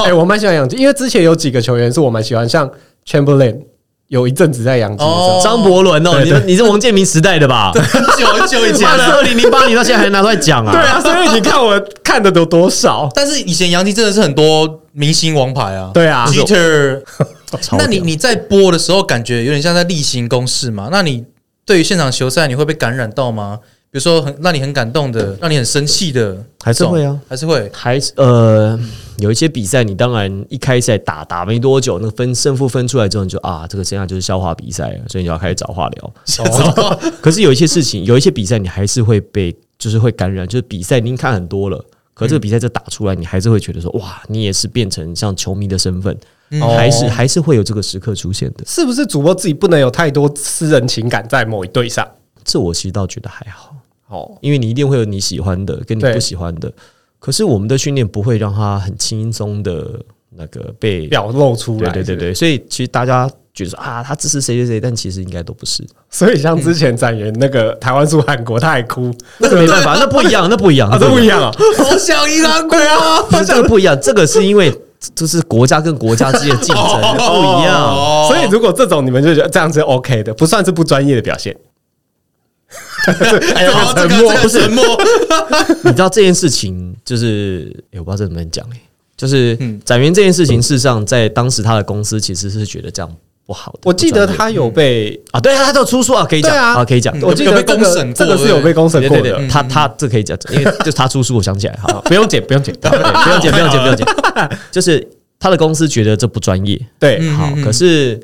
S3: 哎、我蛮喜欢洋基，因为之前有几个球员是我蛮喜欢，像 Chamberlain 有一阵子在洋基的时候，
S2: 哦
S1: 张伯伦哦，你们你是王建民时代的吧？
S2: 久久以前
S1: 妈是
S2: 了。
S1: 二零零八年到现在还拿出来讲啊？
S3: 对，啊，所以你看我看的有多少？
S2: 但是以前洋基真的是很多明星王牌啊，
S3: 对啊
S2: ，Jeter。
S1: 超
S2: 那你
S1: 屌
S2: 你在播的时候，感觉有点像在例行公事嘛？那你对于现场球赛，你会被感染到吗？比如说很让你很感动的，让你很生气的，
S1: 还是
S2: 这种
S1: 会啊，
S2: 还是 会。
S1: 还是呃有一些比赛，你当然一开赛打打没多久，那个分胜负分出来之后，你就啊这个真相就是消化比赛了，所以你就要开始找话聊。可是有一些事情，有一些比赛你还是会被就是会感染，就是比赛你已经看很多了。可是这个比赛这打出来，你还是会觉得说，哇，你也是变成像球迷的身份，
S3: 嗯
S1: 还
S3: 哦
S1: 是还是会有这个时刻出现的。
S3: 是不是主播自己不能有太多私人情感在某一队上？
S1: 这我其实倒觉得还好，
S3: 哦，
S1: 因为你一定会有你喜欢的跟你
S3: 对
S1: 不喜欢的。可是我们的训练不会让他很轻松的那个被
S3: 表露出
S1: 对
S3: 来，
S1: 对对对，所以其实大家觉得说啊，他支持谁谁谁，但其实应该都 不是。
S3: 所以像之前展员那个台湾输韩国，他还哭，
S1: 那没办法，那不一样，那不一 样，
S3: 啊，这不一样啊，
S2: 好想赢韩国啊！
S1: 不是这个不一样，这个是因为这是国家跟国家之间的竞争不一样。
S2: 哦
S3: 所以如果这种你们就觉得这样是 OK 的，不算是不专业的表现。
S2: 哎呦，
S3: 沉
S2: 这个
S3: 默
S2: 这个沉默，
S1: 你知道这件事情就是，哎、我不知道这怎么能讲哎、就是展元这件事情，事实上在当时他的公司其实是觉得这样不好的。
S3: 我记得
S1: 不专业
S3: 他有被，
S1: 啊，对啊，他都出书啊，可以讲
S3: 对啊
S1: 可以讲。
S2: 嗯
S3: 我记
S2: 有
S3: 得
S2: 被
S3: 这
S2: 公审
S3: 个
S2: 过
S3: 这个是有被公审
S1: 对
S3: 过嗯
S1: 对
S3: 的
S1: 对，，他他这可以讲， 因为就是他出书，我想起来，好，
S3: 不用剪，不用剪，
S1: 对不要剪，不要剪，不要剪，就是他的公司觉得这不专业，
S3: 对，
S1: 好，可是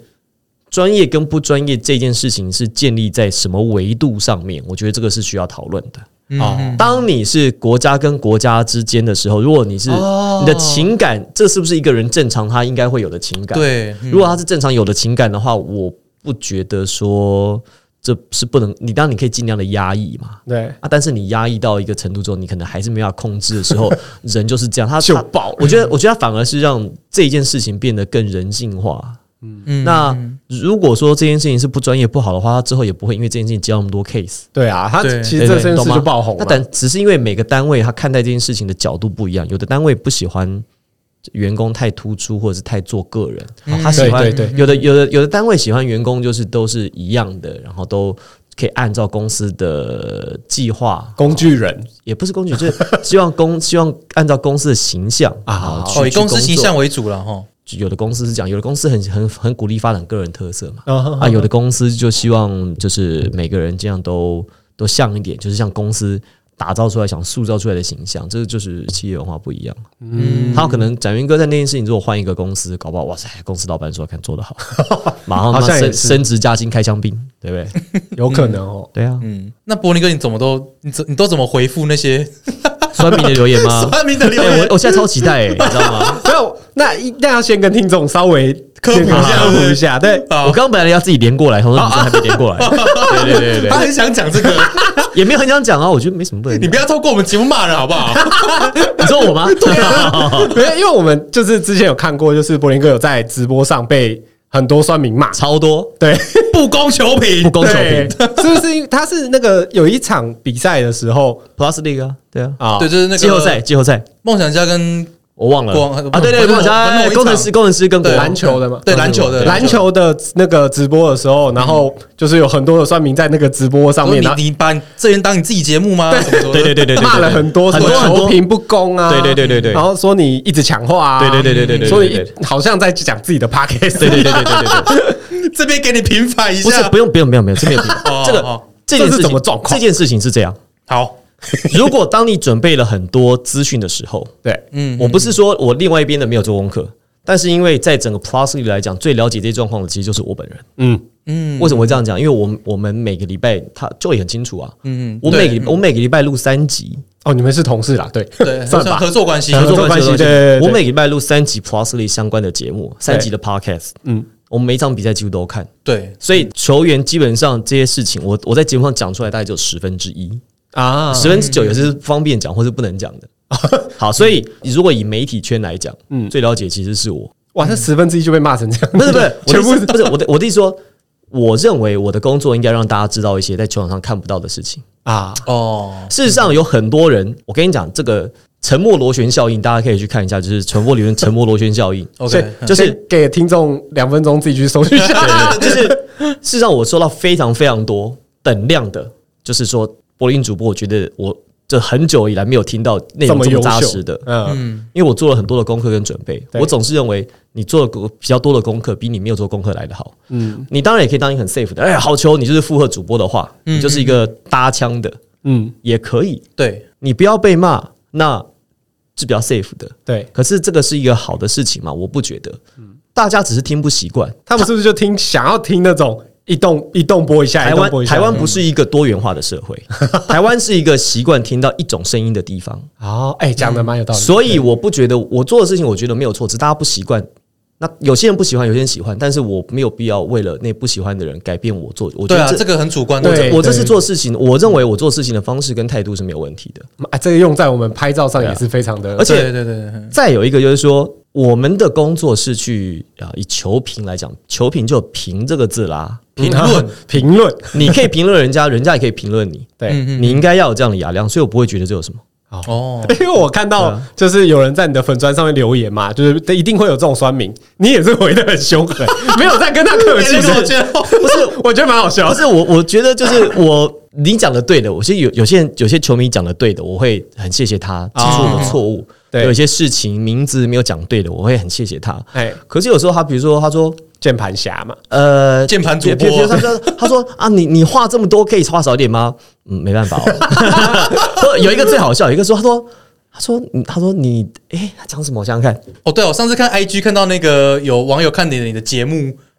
S1: 专业跟不专业这件事情是建立在什么维度上面？我觉得这个是需要讨论的。
S2: 哦，
S1: 当你是国家跟国家之间的时候，如果你是
S2: 哦
S1: 你的情感，这是不是一个人正常他应该会有的情感？，
S2: 对，嗯
S1: 如果他是正常有的情感的话，我不觉得说这是不能，你当然你可以尽量的压抑嘛。
S3: 对，
S1: 啊！但是你压抑到一个程度之后，你可能还是没办法控制的时 候，人就是这样，他
S3: 就
S1: 他
S3: 爆
S1: 我觉得，我觉得他反而是让这件事情变得更人性化。
S2: 嗯
S1: 那如果说这件事情是不专业不好的话，他之后也不会因为这件事情接到那么多 case。
S3: 对啊，他
S2: 对
S3: 其实这
S1: 对
S3: 件
S1: 懂
S3: 事
S1: 吗
S3: 就爆红
S1: 那
S3: 了。
S1: 但只是因为每个单位他看待这件事情的角度不一样，有的单位不喜欢员工太突出或者是太做个人，哦他喜欢
S3: 嗯对对
S1: 有的有的有的单位喜欢员工就是都是一样的，然后都可以按照公司的计划，
S3: 工具人
S1: 也不是工具， 就是希望公希望按照公司的形象
S3: 啊
S1: 啊，去
S2: 哦，以
S1: 去
S2: 公司形
S1: 工作
S2: 象为主了哈。
S1: 有的公司是这样，有的公司很很很鼓励发展个人特色嘛，
S3: 啊
S2: 嗯
S1: 啊，有的公司就希望就是每个人这样都都像一点，就是像公司打造出来想塑造出来的形象，这就是企业文化不一样。嗯，他有可能展云哥在那件事情，如果换一个公司，搞不好哇塞，公司老板说看 做得好，马上
S3: 好
S1: 他
S3: 像也
S1: 升
S3: 是
S1: 升职加薪开香槟，对不 对？
S3: 有可能哦，
S1: 对啊，
S2: 嗯，那柏林哥，你怎么都你怎你都怎么回复那些
S1: 酸民的留言吗？
S2: 酸民的留
S1: 哎、
S2: 言
S1: 我？我现在超期待、欸，你知道吗？
S3: 没有，那一那要先跟听众稍微
S2: 科普一下
S3: 科普一下，对，
S2: 好
S1: 我刚刚本来要自己连过来，他说你这还没连过来， 对对对对
S2: 他
S1: 对，
S2: 很想讲这个，
S1: 也没有很想讲啊，我觉得没什么不能
S2: 你
S1: 讲。
S2: 不要透过我们节目骂人好不啊好？
S1: 你说我吗？
S3: 没有，因为我们就是之前有看过，就是柏林哥有在直播上被很多酸民骂，
S1: 超多
S3: 对，
S2: 不公求平，
S1: 不公球
S3: 对
S1: 评，
S3: 是不是因为他是那个有一场比赛的时候
S1: Plus League 啊，对啊，
S3: 啊，
S2: 对，就是那个
S1: 季后赛，季后赛
S2: 梦想家跟
S1: 我忘了
S2: 广
S1: 啊，对对，
S2: 不是我
S1: 广
S2: 我弄一
S1: 哎
S2: 场
S1: 工程师工程师跟国
S2: 对
S3: 篮球的吗
S2: 对篮球的
S3: 篮球的那个直播的时候，然后
S1: 嗯
S3: 就是有很多的算命在那个直播上面，然
S2: 说
S3: 后
S2: 你你把你这人当你自己节目吗？什么什么的
S1: 对对对对对，
S3: 骂了很多，
S1: 很多
S3: 什
S1: 很
S3: 么
S1: 多
S3: 球评不公啊，
S1: 对对对对对
S3: 然后说你一直强化啊，
S1: 对对对对对对对
S3: 所
S1: 对
S3: 以
S1: 对
S3: 好像在讲自己的 podcast，
S1: 对对对对对对对，
S2: 这边给你平反一
S1: 不是
S2: 下，
S1: 不用不用不用不用，这没有必
S2: 哦
S1: 要。这
S2: 哦
S1: 个这件
S3: 这
S1: 事
S3: 是
S1: 情
S3: 什么状况
S1: 这件事情是这样，
S2: 好，
S1: 如果当你准备了很多资讯的时候，
S3: 对，
S1: 我不是说我另外一边的没有做功课，但是因为在整个 Plus 里来讲，最了解这些状况的其实就是我本人。
S3: 嗯，
S1: 为什么会这样讲？因为我们我们每个礼拜他就也很清楚啊。
S2: 嗯
S1: 我每个礼我每个礼拜录三集，
S3: 哦，你们是同事啦，对
S2: 对
S3: 算吧
S2: 算合作关系，
S3: 合
S1: 合
S3: 作
S1: 作
S3: 关
S1: 关
S3: 系
S1: 系的东西
S3: 对对对
S1: 我每个礼拜录三集 Plus 里相关的节目，三集的 Podcast。
S3: 嗯
S1: 嗯，我们每一场比赛几乎都看，
S2: 对，
S1: 所以球员基本上这些事情，我我在节目上讲出来大概只有十分之一。
S3: 啊，
S1: 十分之九也是方便讲或是不能讲 的。好，所以如果以媒体圈来讲，嗯，最了解其实是我，
S3: 哇，这十分之一就被骂成这样，
S1: 不是不是，
S3: 全
S1: 我
S3: 部
S1: 的意思不是我的我的意思说，我认为我的工作应该让大家知道一些在球场上看不到的事情。
S3: 啊，
S2: 哦，
S1: 事实上，有很多人，我跟你讲，这个沉默螺旋效应，大家可以去看一下，就是传播理论沉默螺旋效应。
S3: 所
S2: OK，
S3: 以
S1: 就
S3: 先
S1: 是
S3: 给听众两分钟自己去搜寻一下，
S1: 对就是事实上，我收到非常非常多等量的，就是说柏林主播，我觉得我这很久以来没有听到内
S3: 这
S1: 容
S3: 么
S1: 这么
S3: 优
S1: 扎
S3: 秀
S1: 实的，
S3: 嗯，
S1: 因为我做了很多的功课跟准备，
S3: 对
S1: 我总是认为你做的比较多的功课，比你没有做功课来的好。嗯，你当然也可以当一个很 safe 的，哎，好球，你就是附和主播的话，你就是一个搭腔的，
S3: 嗯，
S1: 也可以，
S2: 对，
S1: 你不要被骂，那是比较 safe 的。
S3: 对。
S1: 可是这个是一个好的事情嘛？我不觉得，大家只是听不习惯。
S3: 他们是不是就听想要听那种一动一动播一
S2: 哎
S3: 下，
S1: 台
S3: 一动播
S1: 湾
S3: 一下
S1: 台湾不是一个多元化 的社会，台湾是一个习惯听到一种声音的地方。
S3: 哦，哎、讲的蛮有道理。
S1: 所以我不觉得我做的事情，我觉得没有错，只是大家不习惯。那有些人不喜欢，有些人喜欢，但是我没有必要为了那不喜欢的人改变我做。我觉
S2: 对啊，
S1: 得
S2: 这
S1: 这。
S2: 个很主观，
S3: 对
S2: 这个
S1: 我这是做事情，我认为我做事情的方式跟态度是没有问题的。
S3: 啊，这个用在我们拍照上也是非常的，
S1: 啊而
S2: 对
S1: 且
S2: 对对嗯对，
S1: 再有一个就是说，我们的工作是去啊，以球评来讲，球评就有评这个 字啦。
S2: 评论，
S3: 评论，
S1: 你可以评论人家，人家也可以评论你，
S3: 对，
S2: 嗯
S1: 你应该要有这样的雅量，所以我不会觉得这有什么。
S2: 哦，
S3: 因为我看到
S1: 啊
S3: 就是有人在你的粉砖上面留言嘛，就是一定会有这种酸民，你也是回的很凶狠，没有在跟他客 气，
S2: 我
S3: 是
S2: 觉得
S3: 不是？我觉得蛮好笑
S1: 不，是我，我觉 得就是我，你讲的对的，我是有有些人有些球迷讲的对的，我会很谢谢他指出
S2: 哦
S1: 我的错误。
S3: 对
S1: 有一些事情名字没有讲对的，我会很谢谢他。
S3: 哎，
S1: 可是有时候他，比如说他说，
S3: 键盘侠嘛，
S1: 呃，
S2: 键盘主播
S1: 比如比如他说，他说啊，你你话这么多，可以话少一点吗？嗯，没办法哦。有一个最好笑，有一 个说，他说，他说，你他说你，诶，他讲什么？我想想看，
S2: 哦，对，我上次看 IG 看到那个有网友看你的你的节目，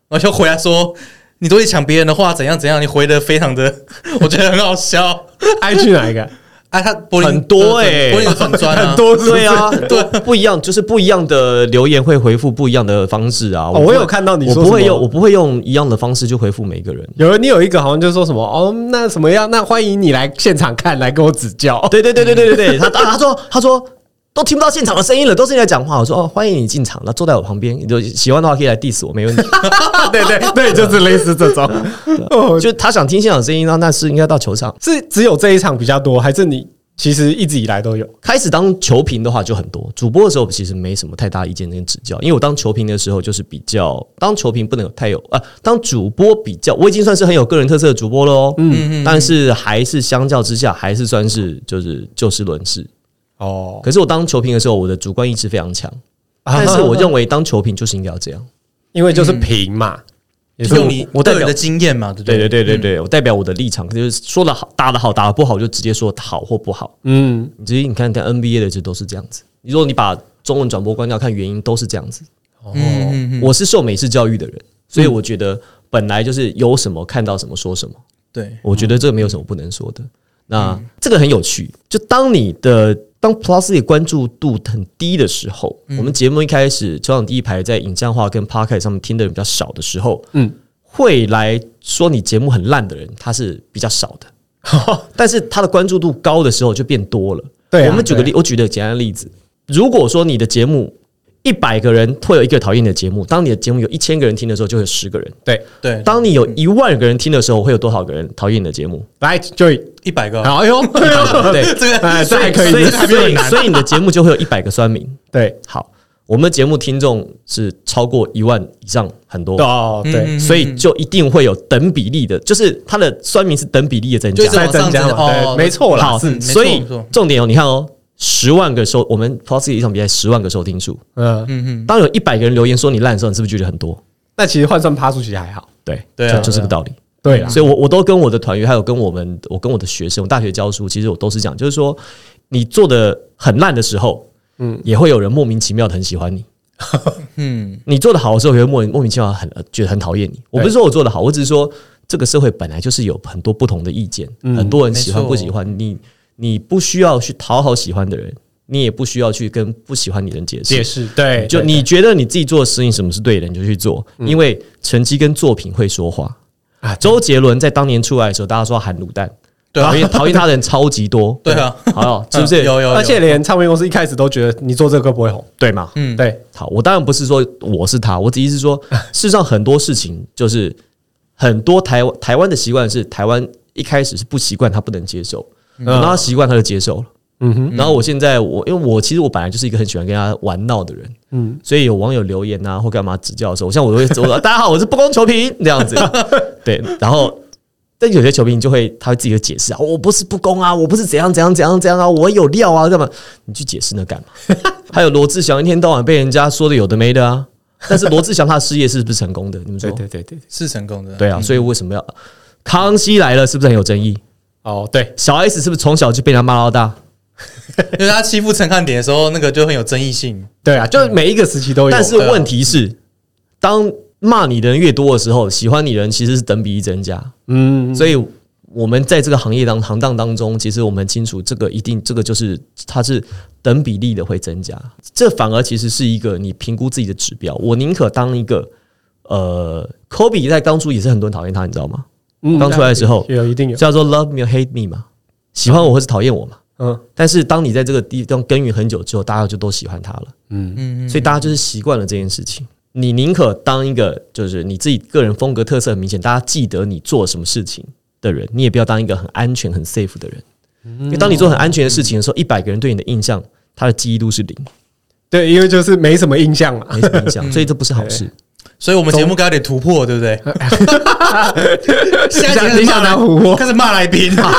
S2: 然后就回来说你都会抢别人的话，怎样怎样，你回的非常的， 我觉得很好笑。
S3: 爱去哪一个？
S2: 啊，他柏林
S1: 很多欸
S2: 柏林的粉砖啊，
S3: 很多是不是
S1: 对啊，对，不一样，就是不一样的留言会回复不一样的方式啊。
S3: 哦
S1: 不
S3: 我
S1: 会
S3: 有看到你
S1: 我
S3: 说
S1: 不
S3: 什
S1: 会
S3: 么
S1: 用，我不会用一样的方式去回复每一个人。
S3: 有人你有一个好像就说什么哦，那什么样？那欢迎你来现场看，来跟我指教。
S1: 对对对对对对对，他啊他说他说都听不到现场的声音了，都是你在讲话。我说哦，欢迎你进场，那坐在我旁边，你就喜欢的话可以来 diss 我，没问题。
S3: 对对对，就是类似这种。哦，
S1: 就他想听现场声音，那那是应该到球场。
S3: 是只有这一场比较多，还是你其实一直以来都有？
S1: 开始当球评的话就很多，主播的时候其实没什么太大意见跟指教，因为我当球评的时候就是比较当球评不能有太有啊，当主播比较我已经算是很有个人特色的主播了哦，嗯，但是还是相较之下还是算是就是就事论事。
S3: 哦，
S1: 可是我当球评的时候，我的主观意识非常强，但是我认为当球评就是应该要这样。
S3: 因为就是平嘛，也是
S2: 用你
S1: 我代
S2: 对
S1: 表
S2: 你的经验嘛，对不
S1: 对
S2: 对
S1: 对对对对，我代表我的立场，就是说的好，打的好，打的不好就直接说好或不好。
S3: 嗯，
S1: 你直接你看看 NBA 的，这都是这样子。如果你把中文转播关掉，看原因都是这样子。
S2: 嗯嗯嗯，
S1: 我是受美式教育的人，所以我觉得本来就是有什么看到什么说什么，
S2: 对，
S1: 我觉得这个没有什么不能说的。那这个很有趣，就当你的当 Plus 的关注度很低的时候，
S3: 嗯
S1: 我们节目一开始球场第一排在影像化跟 Podcast 上面听的人比较少的时候，
S3: 嗯
S1: 嗯，会来说你节目很烂的人，他是比较少 的。但是他的关注度高的时候就变多了。
S3: 对啊
S1: 我们举个
S3: 对
S1: 例，我举的简单的例子，如果说你的节目一百个人会有一个讨厌的节目，当你的节目有一千个人听的时候，就会有十个人；
S3: 对，
S2: 对，
S1: 当你有一万个人听的时候，会有多少个人讨厌你的节目？
S3: 来 Joy，
S2: 一百个，
S3: 好，哎呦，哎呦
S1: 对
S2: 哦这个
S3: 哎，这还可
S1: 所以
S3: 以，这还没
S1: 所
S3: 有
S1: 以
S3: 难，
S1: 所以你的节目就会有一百个酸民，
S3: 对，
S1: 好，我们的节目听众是超过一万以上，很多，
S3: 哦，对，
S1: 所以就一定会有等比例的，就是它的酸民是等比例的增
S2: 就一
S1: 加
S3: 再
S2: 直。往上
S3: 增加
S2: 增
S3: 嘛，
S2: 哦
S3: 对，没错啦，
S1: 好，
S3: 是，
S2: 没错
S1: 嗯所以
S2: 没错
S1: 重点哦，你看哦，十万个收，我们 p o s 一场比赛十万个收听数，
S3: 嗯，
S1: 当有一百个人留言说你烂的时候，你是不是觉得很多？
S3: 那其实换算趴数其实还好，
S1: 对，
S2: 对啊
S1: 就就这个道理。
S3: 对啦，
S1: 所以我我都跟我的团员，还有跟我们，我跟我的学生，我大学教书，其实我都是讲，就是说你做的很烂的时候，嗯，也会有人莫名其妙的很喜欢你。嗯，你做的好的时候，也会莫莫名其妙地很呃觉得很讨厌你。我不是说我做的好，我只是说这个社会本来就是有很多不同的意见，很多人喜欢
S2: 没错
S1: 不喜欢你，你不需要去讨好喜欢的人，你也不需要去跟不喜欢你的人解释。
S3: 解释，对，
S1: 就
S3: 对
S1: 你觉得你自己做的事情什么是对的，你就去做，因为成绩跟作品会说话。
S3: 啊，周
S1: 周杰伦在当年出来的时候，大家说他含卤蛋，
S2: 对啊
S1: 讨厌讨厌他的人超级多，
S2: 对啊
S1: 好不好，是不是？
S2: 有有，
S3: 而且连唱片公司一开始都觉得你做这个歌不会红，
S1: 对嘛？
S2: 嗯，
S3: 对，
S1: 好，我当然不是说我是他，我只是说，事实上很多事情就是很多台湾台湾的习惯是台湾一开始是不习惯，他不能接受，等到他习惯他就接受了。
S3: 嗯哼，
S1: 然后我现在我因为我其实我本来就是一个很喜欢跟他玩闹的人，嗯，所以有网友留言啊或干嘛指教的时候，像我都会 说大家好，我是不攻球评这 样子，对，然后。但有些球评就会，他会自己会解释啊，我不是不攻啊，我不是怎样怎样怎样怎样啊，我有料啊，干嘛？你去解释那干 嘛？还有罗志祥一天到晚被人家说的有的没的啊，但是罗志祥他的事业是不是成功的？你们说
S3: 对对对对，对
S2: 是成功的，
S1: 对啊，所以为什么要康熙来了是不是很有争议？
S3: 哦，对，
S1: 小 S 是不是从小就被人家骂到大？
S2: 因为他欺负陈汉典的时候，那个就很有争议性。
S3: 对啊，就是每一个时期都有，啊
S1: 但是问题是，当骂你的人越多的时候，喜欢你的人其实是等比例增加。
S3: 嗯，
S1: 所以我们在这个行业当行当当中，其实我们清楚这个一定这个就是它是等比例的会增加，这反而其实是一个你评估自己的指标。我宁可当一个呃科比在当初也是很多人讨厌他，你知道吗？
S3: 嗯
S1: 刚出来的时候
S3: 有一定有，
S1: 叫做 love me or hate me 嘛，喜欢我或是讨厌我嘛。
S3: 嗯，
S1: 但是当你在这个地方耕耘很久之后，大家就都喜欢他了。嗯嗯，所以大家就是习惯了这件事情。你宁可当一个就是你自己个人风格特色很明显，大家记得你做什么事情的人，你也不要当一个很安全、很 safe 的人。
S2: 嗯
S1: 因为当你做很安全的事情的时候，一百个人对你的印象，他的记忆度是零，
S3: 对，因为就是没什么印象嘛，
S1: 没什么印
S2: 嗯
S1: 象，所以这不是好事。
S2: 所以我们节目该有点突破，对不对？
S3: 呃你想拿
S2: 下一集开始骂来
S3: 琥珀
S2: 开始骂来宾，
S1: 啊，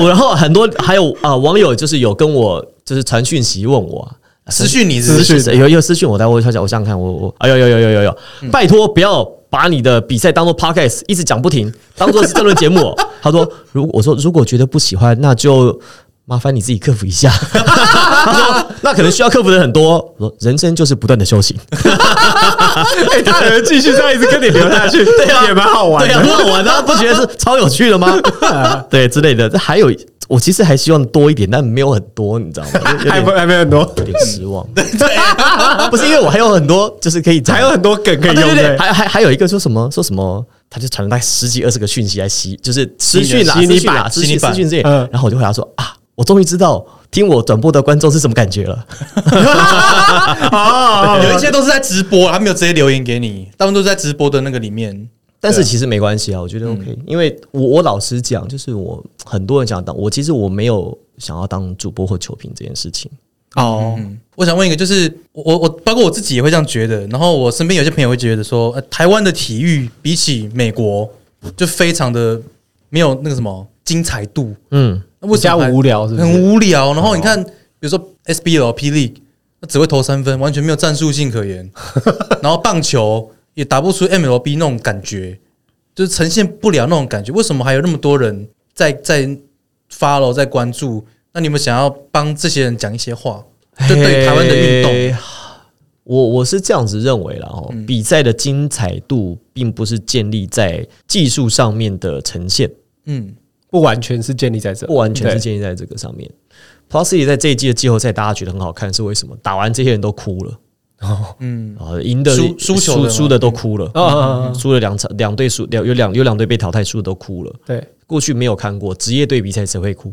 S1: 我然后很多还有啊，网友就是有跟我就是传讯息问我、啊，
S2: 私讯你是不
S1: 私
S2: 是
S1: 讯谁有有私讯我，但我想想，我想想看，我我哎呦有有有有有，拜托不要把你的比赛当做 podcast 一直讲不停，当做是争论节目 哦。他说，如果我说如果觉得不喜欢，那就麻烦你自己克服一 下。他说那可能需要克服的很多。我说人生就是不断的修行，
S3: 哎，他还能继续这样一直跟你聊下去，对
S1: 啊
S3: 也蛮好玩
S1: 对呀、
S3: 的，
S1: 很好玩啊，不觉得是超有趣的 吗？对之类的，这还有我其实还希望多一点，但没有很多，你知道吗？有有
S3: 还
S1: 点
S3: 不还没很多，
S1: 有点失 望。不是因为我还有很多就是可以讲
S3: 还有很多梗可以
S1: 啊对
S3: 用
S1: 对对，
S3: 的。
S1: 还还还有一个说什么说什么，他就传了大概十几二十个讯息来吸，就是私讯啦、
S3: 吸
S1: 私
S3: 你
S1: 讯啦、
S3: 版
S1: 私
S2: 吸
S1: 讯
S2: 你版
S1: 私讯这些
S3: 嗯，
S1: 然后我就回答说啊，我终于知道听我转播的观众是什么感觉 了。
S3: 哦，
S2: 有一些都是在直播，他没有直接留言给你，大部分都是在直播的那个里面。
S1: 但是其实没关系啊，我觉得 OK，因为我我老实讲，就是我很多人想当我，其实我没有想要当主播或球评这件事情。
S3: 哦，
S2: 我想问一个，就是我我我包括我自己也会这样觉得，然后我身边有些朋友会觉得说，呃，台湾的体育比起美国就非常的没有那个什么精彩度，
S1: 嗯，
S2: 那为什么还
S3: 比较无聊是不是哦
S2: 很无聊。然后你看，比如说 SBL、P League，那只会投三分，完全没有战术性 可言。然后棒球也打不出 MLB 那种感觉，就是呈现不了那种感觉。为什么还有那么多人在在 follow 在关注？那你们想要帮这些人讲一些话，就对于台湾的运动，
S1: 嘿，我我是这样子认为啦哦，比赛的精彩度并不是建立在技术上面的呈现。
S2: 嗯，
S3: 不完全是建立在这，
S1: 不完全是
S3: 对
S1: 建立在这个上面。Plus E 在这一季的季后赛，大家觉得很好看，是为什么？打完这些人都哭了，嗯，啊，赢的
S2: 输输球的
S1: 输
S2: 嘛
S1: 输的都哭了，
S3: 哦嗯嗯嗯嗯
S1: 输了两场，两队输两有两有两队被淘汰，输的都哭了。
S3: 对，。
S1: 过去没有看过职业队比赛谁会哭？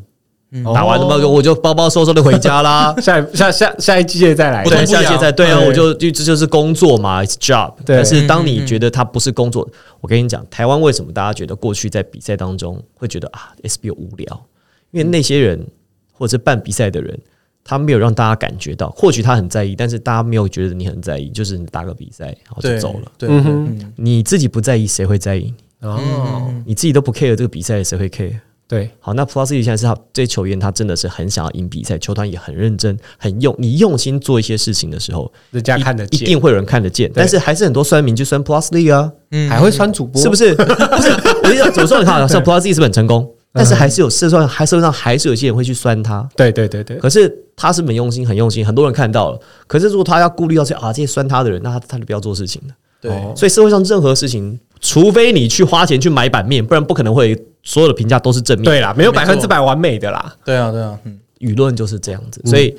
S1: 打完他
S2: 哦
S1: 妈我就包包收收的回家啦
S3: 下一下下下一季也再来
S2: 不，
S1: 对，
S2: 痛
S1: 下一届
S2: 痒
S1: 再对啊，
S3: 对
S1: 我就就这就是工作嘛，it's job。
S3: 对
S1: 但是当你觉得它不是工作，我跟你讲，台湾为什么大家觉得过去在比赛当中会觉得啊 SBO 无聊？因为那些人或者是办比赛的人，他没有让大家感觉到，或许他很在意，但是大家没有觉得你很在意，就是你打个比赛然后就
S2: 对
S1: 走了。
S2: 对，
S3: 嗯哼，
S1: 你自己不在意，谁会在意？
S3: 哦，
S1: 你自己都不 care 这个比赛，谁会 care？
S3: 对，
S1: 好，那 Plus 现在是他这球员，他真的是很想要赢比赛，球团也很认真，很用你用心做一些事情的时候，
S3: 人家看得
S1: 一
S3: 见，
S1: 定会有人看得见。但是还是很多酸民就酸 Plus League 啊，
S2: 嗯
S3: 还会酸主播，
S1: 是不
S3: 是？
S1: 是？ 不是，我跟你讲，怎么说？你看，像 Plus League 是不是很成
S3: 嗯
S1: 功？但是还是有社会上，还社会上还是有些人会去酸他。
S3: 对对对对，
S1: 可是他是很用心，很用心，很多人看到了。可是如果他要顾虑到这啊这些酸他的人，那他他就不要做事情了。
S3: 哦
S2: 对
S1: 所以社会上任何事情，除非你去花钱去买版面，不然不可能会所有的评价都是正面。
S3: 对啦，没有百分之百完美的啦，
S2: 对啊对啊， 嗯
S1: 舆论就是这样子。所以，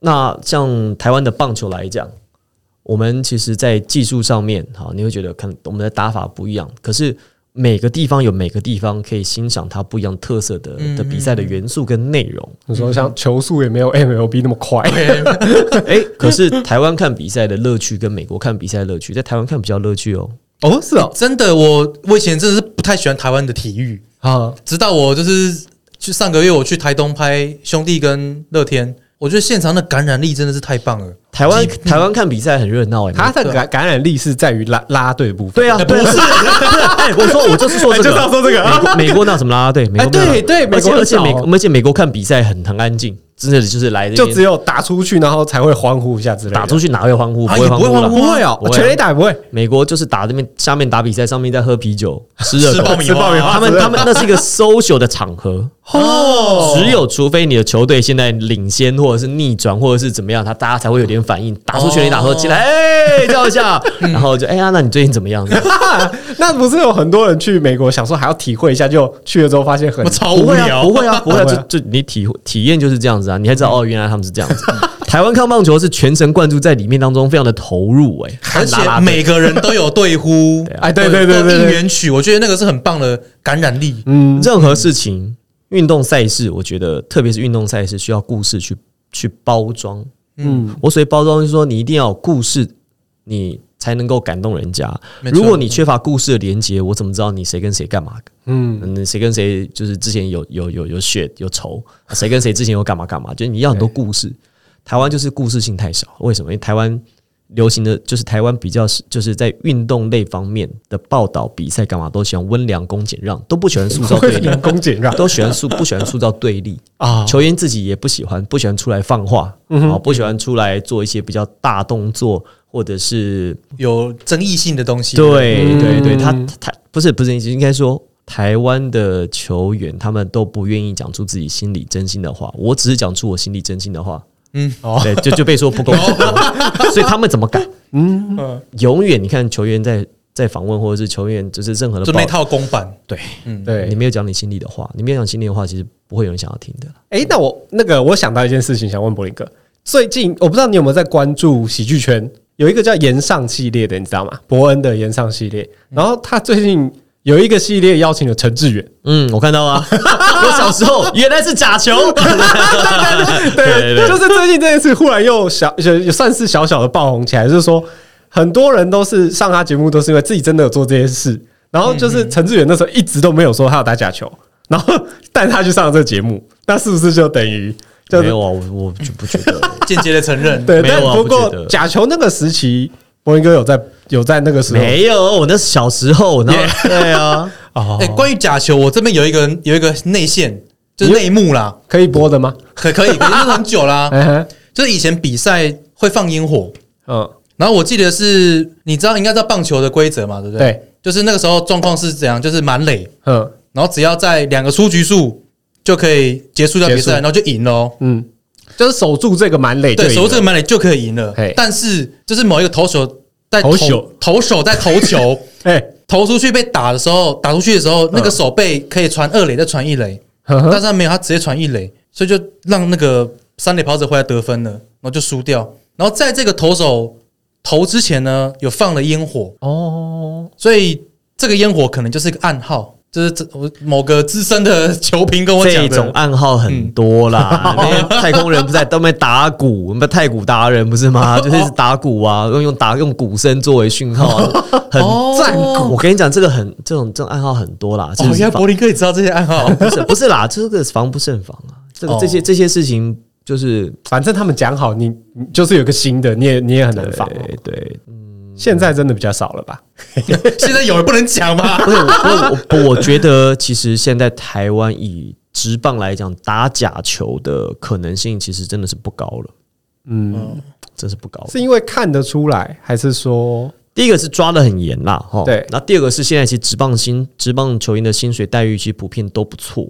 S1: 那像台湾的棒球来讲，我们其实，在技术上面，哈，你会觉得看我们的打法不一样，可是每个地方有每个地方可以欣赏它不一样特色的的比赛的元素跟内容。
S3: 你说像球速也没有 MLB 那么快，
S1: 诶，可是台湾看比赛的乐趣跟美国看比赛的乐趣，在台湾看比较乐趣哦。
S3: 哦，是哦，
S2: 真的，我我以前真的是不太喜欢台湾的体育，
S3: 啊，
S2: 直到我就是去上个月我去台东拍兄弟跟乐天，我觉得现场的感染力真的是太棒了。
S1: 台湾台湾看比赛很热闹诶，
S3: 他的感感染力是在于拉拉队的部分，
S1: 对啊，不是，不是 哎，我说我就是说这
S3: 哎就
S1: 个，
S3: 是要说这个
S1: 美国美国那什 么啦啦队，美国
S3: 哎对
S1: 没有啦
S3: 对美国
S1: 而且而且
S3: 很
S1: 美
S3: 少
S1: 而且美国看比赛很很安静，真的就是来这
S3: 就
S1: 边
S3: 只有打出去，然后才会欢呼一下之类的。
S1: 打出去哪会欢呼，
S2: 啊
S1: 不会
S2: 也
S1: 欢
S2: 不会
S1: 呼
S2: 欢呼
S1: 啦。
S3: 不会哦
S1: 不，会啊
S3: 全垒打也不会。
S1: 美国就是打这边下面打比赛，上面在喝啤酒吃热
S2: 吃
S1: 狗
S2: 爆，米
S3: 吃爆米花
S2: 花，
S1: 他们
S3: 之类的
S1: 他们那是一个 social 的场 合，
S2: 哦，
S1: 只有除非你的球队现在领先或者是逆转或者是怎么样，他大家才会有点反应，打出全垒
S3: 哦
S1: 打后进来，哎叫一 下，然后就哎呀，那你最近怎么样？
S3: 那不是有很多人去美国，想说还要体会一下，就去了之后发现很
S2: 我超
S1: 不
S2: 无
S1: 会啊，
S2: 聊，
S1: 不会啊，不会啊，
S3: 不会啊
S1: 就就你体会体验就是这样子啊，你才知道哦，原来他们是这样子。啊台湾看棒球是全神贯注在里面当中，非常的投入哎、
S2: 而
S1: 看啦
S2: 且
S1: 啦队
S2: 每个人都有对呼，
S3: 哎对对对
S2: 有
S3: 对对
S2: 应援曲，我觉得那个是很棒的感染力。
S3: 嗯，
S1: 任何事情，运动赛事，我觉得特别是运动赛事需要故事去去包装。嗯，我所谓包装是说，你一定要有故事，你才能够感动人家。
S2: 没错
S1: 如果你缺乏故事的连接，我怎么知道你谁跟谁干嘛？
S3: 嗯
S1: 嗯，谁跟谁就是之前有有有有血有仇，谁跟谁之前有干嘛干嘛，就是你要很多故事。台湾就是故事性太少，为什么？因为台湾流行的就是台湾比较是就是在运动类方面的报道、比赛干嘛都喜欢温良恭俭让，都不喜欢塑造对
S3: 会
S1: 立，
S3: 人工减让
S1: 都喜欢塑不喜欢塑造对立。
S3: 啊，
S1: 球员自己也不喜欢，不喜欢出来放话，啊，不喜欢出来做一些比较大动作，或者是
S2: 有争议性的东西。
S1: 对
S3: 嗯
S1: 对对，他他不是不是，应该说台湾的球员他们都不愿意讲出自己心里真心的话，我只是讲出我心里真心的话，
S2: 嗯，哦
S1: 对，就就被说不公平， 所以他们怎么敢？
S2: 嗯，
S1: 永远你看球员在在访问或者是球员就是任何的
S2: 就那
S1: 报道，
S2: 套公版。
S1: 对你
S3: 对。
S1: 没有讲你心里的话，你没有讲心里的话，其实不会有人想要听的。
S3: 哎，那我那个我想到一件事情，想问柏林哥，最近我不知道你有没有在关注喜剧圈，有一个叫岩上系列的，你知道吗？伯恩的岩上系列，然后他最近有一个系列邀请了陈志远，
S1: 嗯，我看到啊，我小时候原来是假球，对对对
S3: 就是最近这件事忽然又小，也也算是小小的爆红起来，就是说很多人都是上他节目都是因为自己真的有做这件事，然后
S1: 嗯
S3: 就是陈志远那时候一直都没有说他有打假球，然后但他去上了这个节目，那是不是就等于就
S1: 没
S3: 是
S1: 有啊，我我就不觉得。
S2: 间接的承 认。
S3: 对？
S1: 没有
S3: 但
S1: 啊
S3: 不
S1: 不觉
S3: 过
S1: 得
S3: 假球那个时期，博云哥有在有在那个时候
S1: 没有，我那是小时候，然后对啊，
S3: 哦
S2: 哎，关于假球，我这边有一个有一个内线，就是内幕啦，
S3: 可以播的吗？
S2: 可可以，可是很久啦。
S3: 哎哈，
S2: 就是以前比赛会放烟火，
S3: 嗯，
S2: 然后我记得是，你知道应该知道棒球的规则嘛，对不对？
S3: 对，
S2: 就是那个时候状况是怎样，就是满垒，
S3: 嗯
S2: 然后只要在两个出局数就可以结束掉比
S3: 结束
S2: 赛，然后就赢喽。
S3: 嗯，就是守住这个满垒就赢
S2: 对，
S3: 了，
S2: 守住这个满垒就可以赢了
S3: 嘿。
S2: 但是就是某一个投手在
S3: 投
S2: 投
S3: 手
S2: 投手在投球
S3: 哎，
S2: 投出去被打的时候，打出去的时候，那个手背可以传二垒再传一垒，
S3: 呵
S2: 但
S3: 呵
S2: 是他没有，他直接传一垒，所以就让那个三垒跑者回来得分了，然后就输掉。然后在这个投手投之前呢，有放了烟火，
S3: 哦，
S2: 所以这个烟火可能就是一个暗号，就是这我某个资深的球评跟我
S1: 这
S2: 讲的。嗯
S1: 种暗号很多啦。那 些太空人不在都在打鼓，我们太鼓达人不是
S2: 哦
S1: 吗？就是打鼓啊，用用打用鼓声作为讯号啊，很赞
S2: 哦。
S1: 我跟你讲，这个很这种这种暗号很多啦，
S2: 哦，
S1: 就
S2: 原来
S1: 是
S2: 柏林哥也知道这些暗号。
S1: 不是不是啦，这个防不胜防啊。这个
S2: 哦
S1: 这些这些事情，就是
S3: 反正他们讲好，你你就是有个新的，你也你也很难
S1: 对
S3: 防哦。
S1: 呃对，
S3: 现在真的比较少了吧？
S2: 现在有人不能讲吧？
S1: 不是我我我我觉得其实现在台湾以职棒来讲，打假球的可能性其实真的是不高了，
S3: 嗯，
S1: 真是不高了。
S3: 是因为看得出来，还是说
S1: 第一个是抓得很严啦，哈，
S3: 对
S1: 那第二个是现在其实职棒薪职棒球员的薪水待遇其实普遍都不错，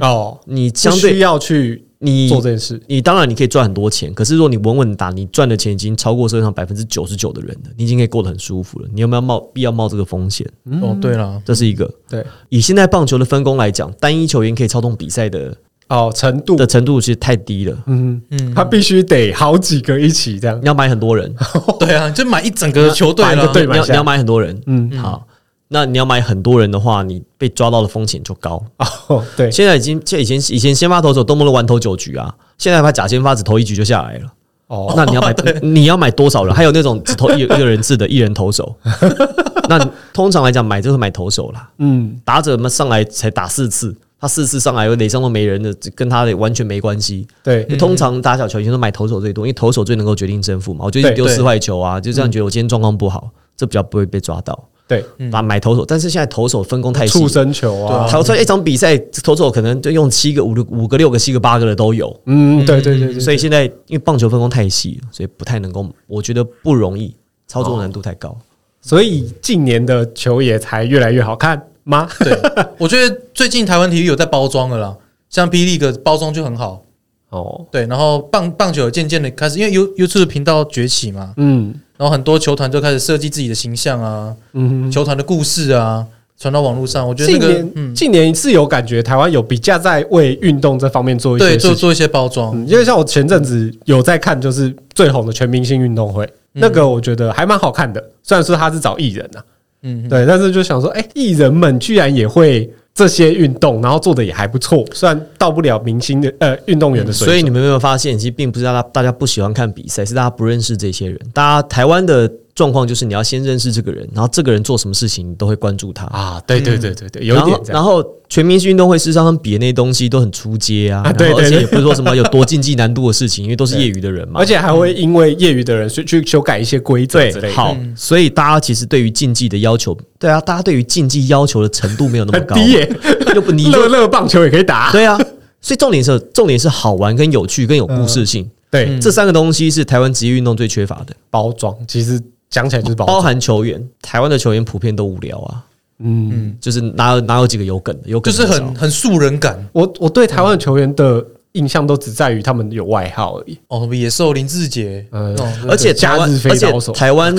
S3: 哦，
S1: 你相
S3: 不需
S1: 对嗯
S3: 要去
S1: 你
S3: 做这件事？
S1: 你当然你可以赚很多钱，可是如果你稳稳打，你赚的钱已经超过社会上百分之九十九的人了，你已经可以过得很舒服了。你有没有冒必要冒这个风险？
S2: 哦，对了，
S1: 这是一个。
S3: 嗯对，
S1: 以现在棒球的分工来讲，单一球员可以操纵比赛的
S3: 哦，程度
S1: 的，程度其实太低了，
S3: 嗯嗯，他必须得好几个一起这样啊
S1: 你，要买很多人，
S2: 对啊，就买一整个球队
S3: 哦买一个
S2: 了，
S3: 队
S1: 你
S3: 买
S1: 要
S3: 下
S1: 你要买很多人，
S3: 嗯，
S1: 好。那你要买很多人的话，你被抓到的风险就高。
S3: 哦，对，
S1: 现在已经，现以前以前先发投手动不动玩投九局啊，现在把假先发只投一局就下来了。
S3: 哦，
S1: 那 你要买你要买多少人？还有那种只投一一个人制的一人投手， 那通常来讲买就是买投手啦，
S3: 嗯，
S1: 打者们上来才打四次，他四次上来垒上都没人的，跟他的完全没关系。
S3: 对，
S1: 通常打小球以前都买投手最多，因为投手最能够决定胜负嘛。我觉得
S3: 对
S1: 你
S3: 嗯
S1: 丢四坏球啊，就这样觉得我今天状况不好，这比较不会被抓到。
S3: 对，
S1: 把买投手，但是现在投手分工太细
S3: 嗯畜，生球啊，
S1: 投出来一场比赛投手可能就用七个、五个、五个、六个、七个、八个的都有。
S3: 嗯，对对对对，
S1: 所以现在因为棒球分工太细了，所以不太能够，我觉得不容易，操作难度太高。
S3: 所以近年的球也才越来越好看吗？
S2: 对，我觉得最近台湾体育有在包装了啦，像 B League 包装就很好，
S3: 哦，
S2: 对，然后棒棒球也渐渐的开始，因为 You YouTube 频道崛起嘛，
S3: 嗯
S2: 然后很多球团就开始设计自己的形象啊，
S3: 嗯，
S2: 球团的故事啊，传到网络上，我觉得那
S3: 近
S2: 个
S3: 年
S2: 嗯，
S3: 近年是有感觉，台湾有比较在为运动这方面做一
S2: 对，
S3: 些
S2: 做
S3: 事情。
S2: 做一些包装，
S3: 嗯，因为像我前阵子有在看，就是最红的全明星运动会，
S1: 嗯
S3: 那个我觉得还蛮好看的。虽然说他是找艺人啊，
S2: 嗯，
S3: 对，但是就想说，哎、艺人们居然也会这些运动，然后做的也还不错，虽然到不了明星的呃运动员的水
S1: 嗯所
S3: 准。
S1: 以你们有没有发现，其实并不是大家大家不喜欢看比赛，是大家不认识这些人。大家台湾的状况就是，你要先认识这个人，然后这个人做什么事情，你都会关注他。
S3: 啊，对对对对对，有一
S1: 然
S3: 点
S1: 后
S3: 这样。
S1: 嗯然后全明星运动会，事实上他们比的那些东西都很出街啊，
S3: 啊
S1: 然后
S3: 对对
S1: 而且
S3: 对啊
S1: 也不是说什么有多竞技难度的事情，因为都是业余的人嘛
S3: 而。且还会因为业余的人去去修改一些规则之类
S1: 对，
S3: 的，
S1: 好，所以大家其实对于竞技的要求，对啊，大家对于竞技要求的程度没有那么
S3: 很
S1: 高，
S3: 低耶、
S1: 又不你 就
S3: 乐乐棒球也可以打，
S1: 对啊，所以重点是重点是好玩、跟有趣、跟有故事性，
S3: 对，
S1: 这三个东西是台湾职业运动最缺乏的，
S3: 包装其实讲起来就是包
S1: 包
S3: 装，
S1: 含球员。台湾的球员普遍都无聊啊，
S3: 嗯，
S1: 就是哪有哪有几个有梗的，有
S2: 就
S1: 梗
S2: 是
S1: 少
S2: 很很素人感
S3: 我我对台湾的球员的印象都只在于他们有外号而已，
S2: 哦，野兽林志杰，
S3: 嗯
S2: 嗯，
S1: 而且台
S3: 假
S1: 湾
S3: 日飞
S1: 而
S3: 刀
S1: 且
S3: 手
S1: 台湾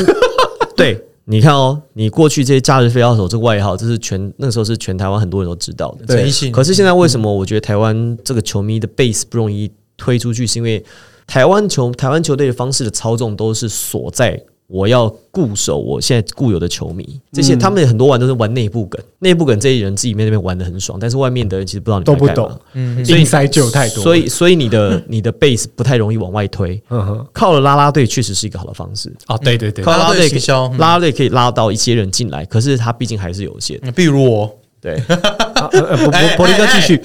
S1: 对。你看哦，你过去这些“假日飞刀手”这个外号，这是全那个时候是全台湾很多人都知道的。
S2: 陈
S3: 对嗯
S2: 奕迅，
S1: 可是现在为什么我觉得台湾这个球迷的 base 不容易推出去，是因为台湾球台湾球队的方式的操纵都是锁在我要固守我现在固有的球迷，这
S3: 嗯
S1: 些他们很多玩都是玩内部梗，内部梗这些人自己在那边玩的很爽，但是外面的人其实不知道你
S3: 都不
S1: 在干嘛
S3: 懂，
S2: 嗯，
S1: 所以
S3: 塞就太多了，
S1: 所以所以你的你的 base 不太容易往外推，
S3: 嗯哼，
S1: 靠了拉拉队确实是一个好的方式，
S3: 哦，对对对
S2: 靠，拉拉队
S1: 可以
S2: 行销嗯
S1: 拉拉队可以拉到一些人进来，可是他毕竟还是有限，
S2: 嗯比如我，
S1: 对。
S3: 啊呃呃
S1: 哎
S3: 不不，柏林哥继续，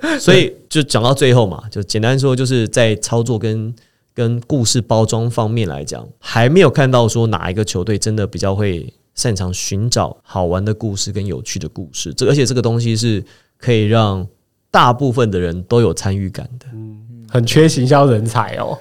S2: 嗯
S1: 所以就讲到最后嘛，就简单说，就是在操作跟跟故事包装方面来讲，还没有看到说哪一个球队真的比较会擅长寻找好玩的故事跟有趣的故事。这而且这个东西是可以让大部分的人都有参与感的。
S3: 很缺行销人才哦，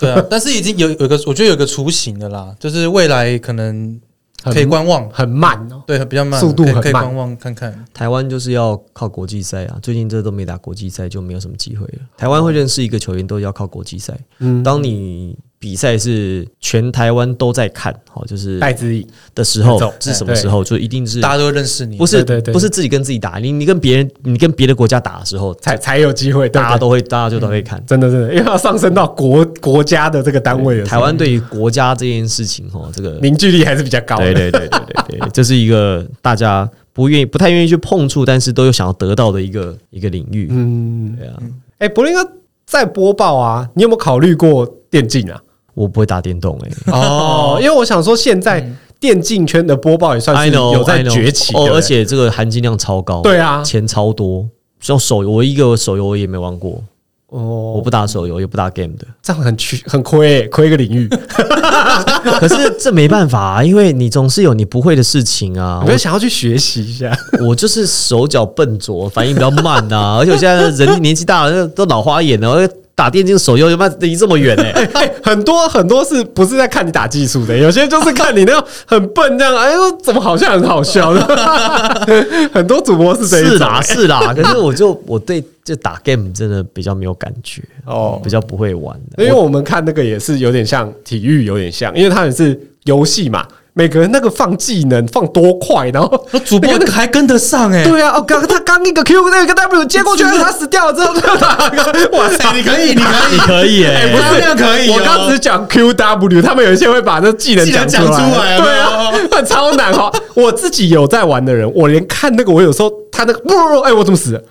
S2: 对啊，但是已经有有一个，我觉得有一个雏形的啦，就是未来可能
S3: 很
S2: 可以观望，
S3: 很慢哦，
S2: 对，比较慢，
S3: 速度
S2: 可以
S3: 很
S2: 可以
S3: 慢
S2: 观望看看。
S1: 台湾就是要靠国际赛啊，最近这都没打国际赛，就没有什么机会了。台湾会认识一个球员，都要靠国际赛。
S3: 哦嗯，
S1: 当你比赛是全台湾都在看，好就是
S3: 戴资颖，
S1: 的时候
S3: 那种
S1: 是什么时候？就一定是
S2: 大家都会认识你，
S1: 不是
S3: 哎对对对
S1: 不是自己跟自己打，你你跟别人你跟别的国家打的时候，
S3: 才才有机会，对嗯
S1: 大家都会大家就都会看
S3: 对。真的真的，因为要上升到国国家的这个单位的时
S1: 嗯台
S3: 候，
S1: 湾对于国家这件事情，哦哈，这个
S3: 凝聚力还是比较高
S1: 对
S3: 的，
S1: 对对对对对，这是一个大家不愿意、不太愿意去碰触，但是都有想要得到的一个一个领域。
S3: 嗯，
S1: 对啊，
S3: 哎，柏林哥在播报啊，你有没有考虑过电竞啊？
S1: 我不会打电动哎
S3: 哦，因为我想说，现在电竞圈的播报也算
S1: 嗯，I
S3: 是
S1: know
S3: 有在
S1: I know
S3: 崛起，对
S1: 哦，
S3: 不对
S1: 而且这个含金量超高，
S3: 对啊
S1: 钱超多。像手游，我一个手游我也没玩过，我
S3: 哦，
S1: 不打手游，也不打 game 的。
S3: 这样很缺很亏、欸，亏一个领域。
S1: 可是这没办法、啊，因为你总是有你不会的事情啊
S3: 我。就想要去学习一下，
S1: 我我就是手脚笨拙，反应比较慢 啊，而且我现在人年纪大了，都老花眼了，打电竞手游他妈离这么远哎、
S3: 哎很多很多是不是在看你打技术的？有些就是看你那种很笨这样，哎呦，怎么好像很好笑的？很多主播是 这一
S1: 是
S3: 种、
S1: 啦是啦，可是我就我对这打 game 真的比较没有感觉
S3: 哦
S1: 哦，比较不会玩
S3: 因
S1: 的。
S3: 为我们看那个也是有点像体育，有点像，因为它也是游戏嘛，每个人那个放技能放多快，然后
S2: 那主播
S3: 那个
S2: 还跟得上哎、
S3: 对啊，哦，刚他刚一个 Q 那个 W 接过去，
S2: 是
S3: 他死掉了之后， 哇塞，
S2: 哎你可以，你可以，
S1: 你可以哎、
S2: 哎不是这样可以哦
S3: 我刚只讲 Q W，他们有一些会把这技能
S2: 技能
S3: 出
S2: 讲出来有没
S3: 对
S2: 有
S3: 啊，那超难哈。我自己有在玩的人，我连看那个，我有时候他那个， 不不不，哎，我怎么死的？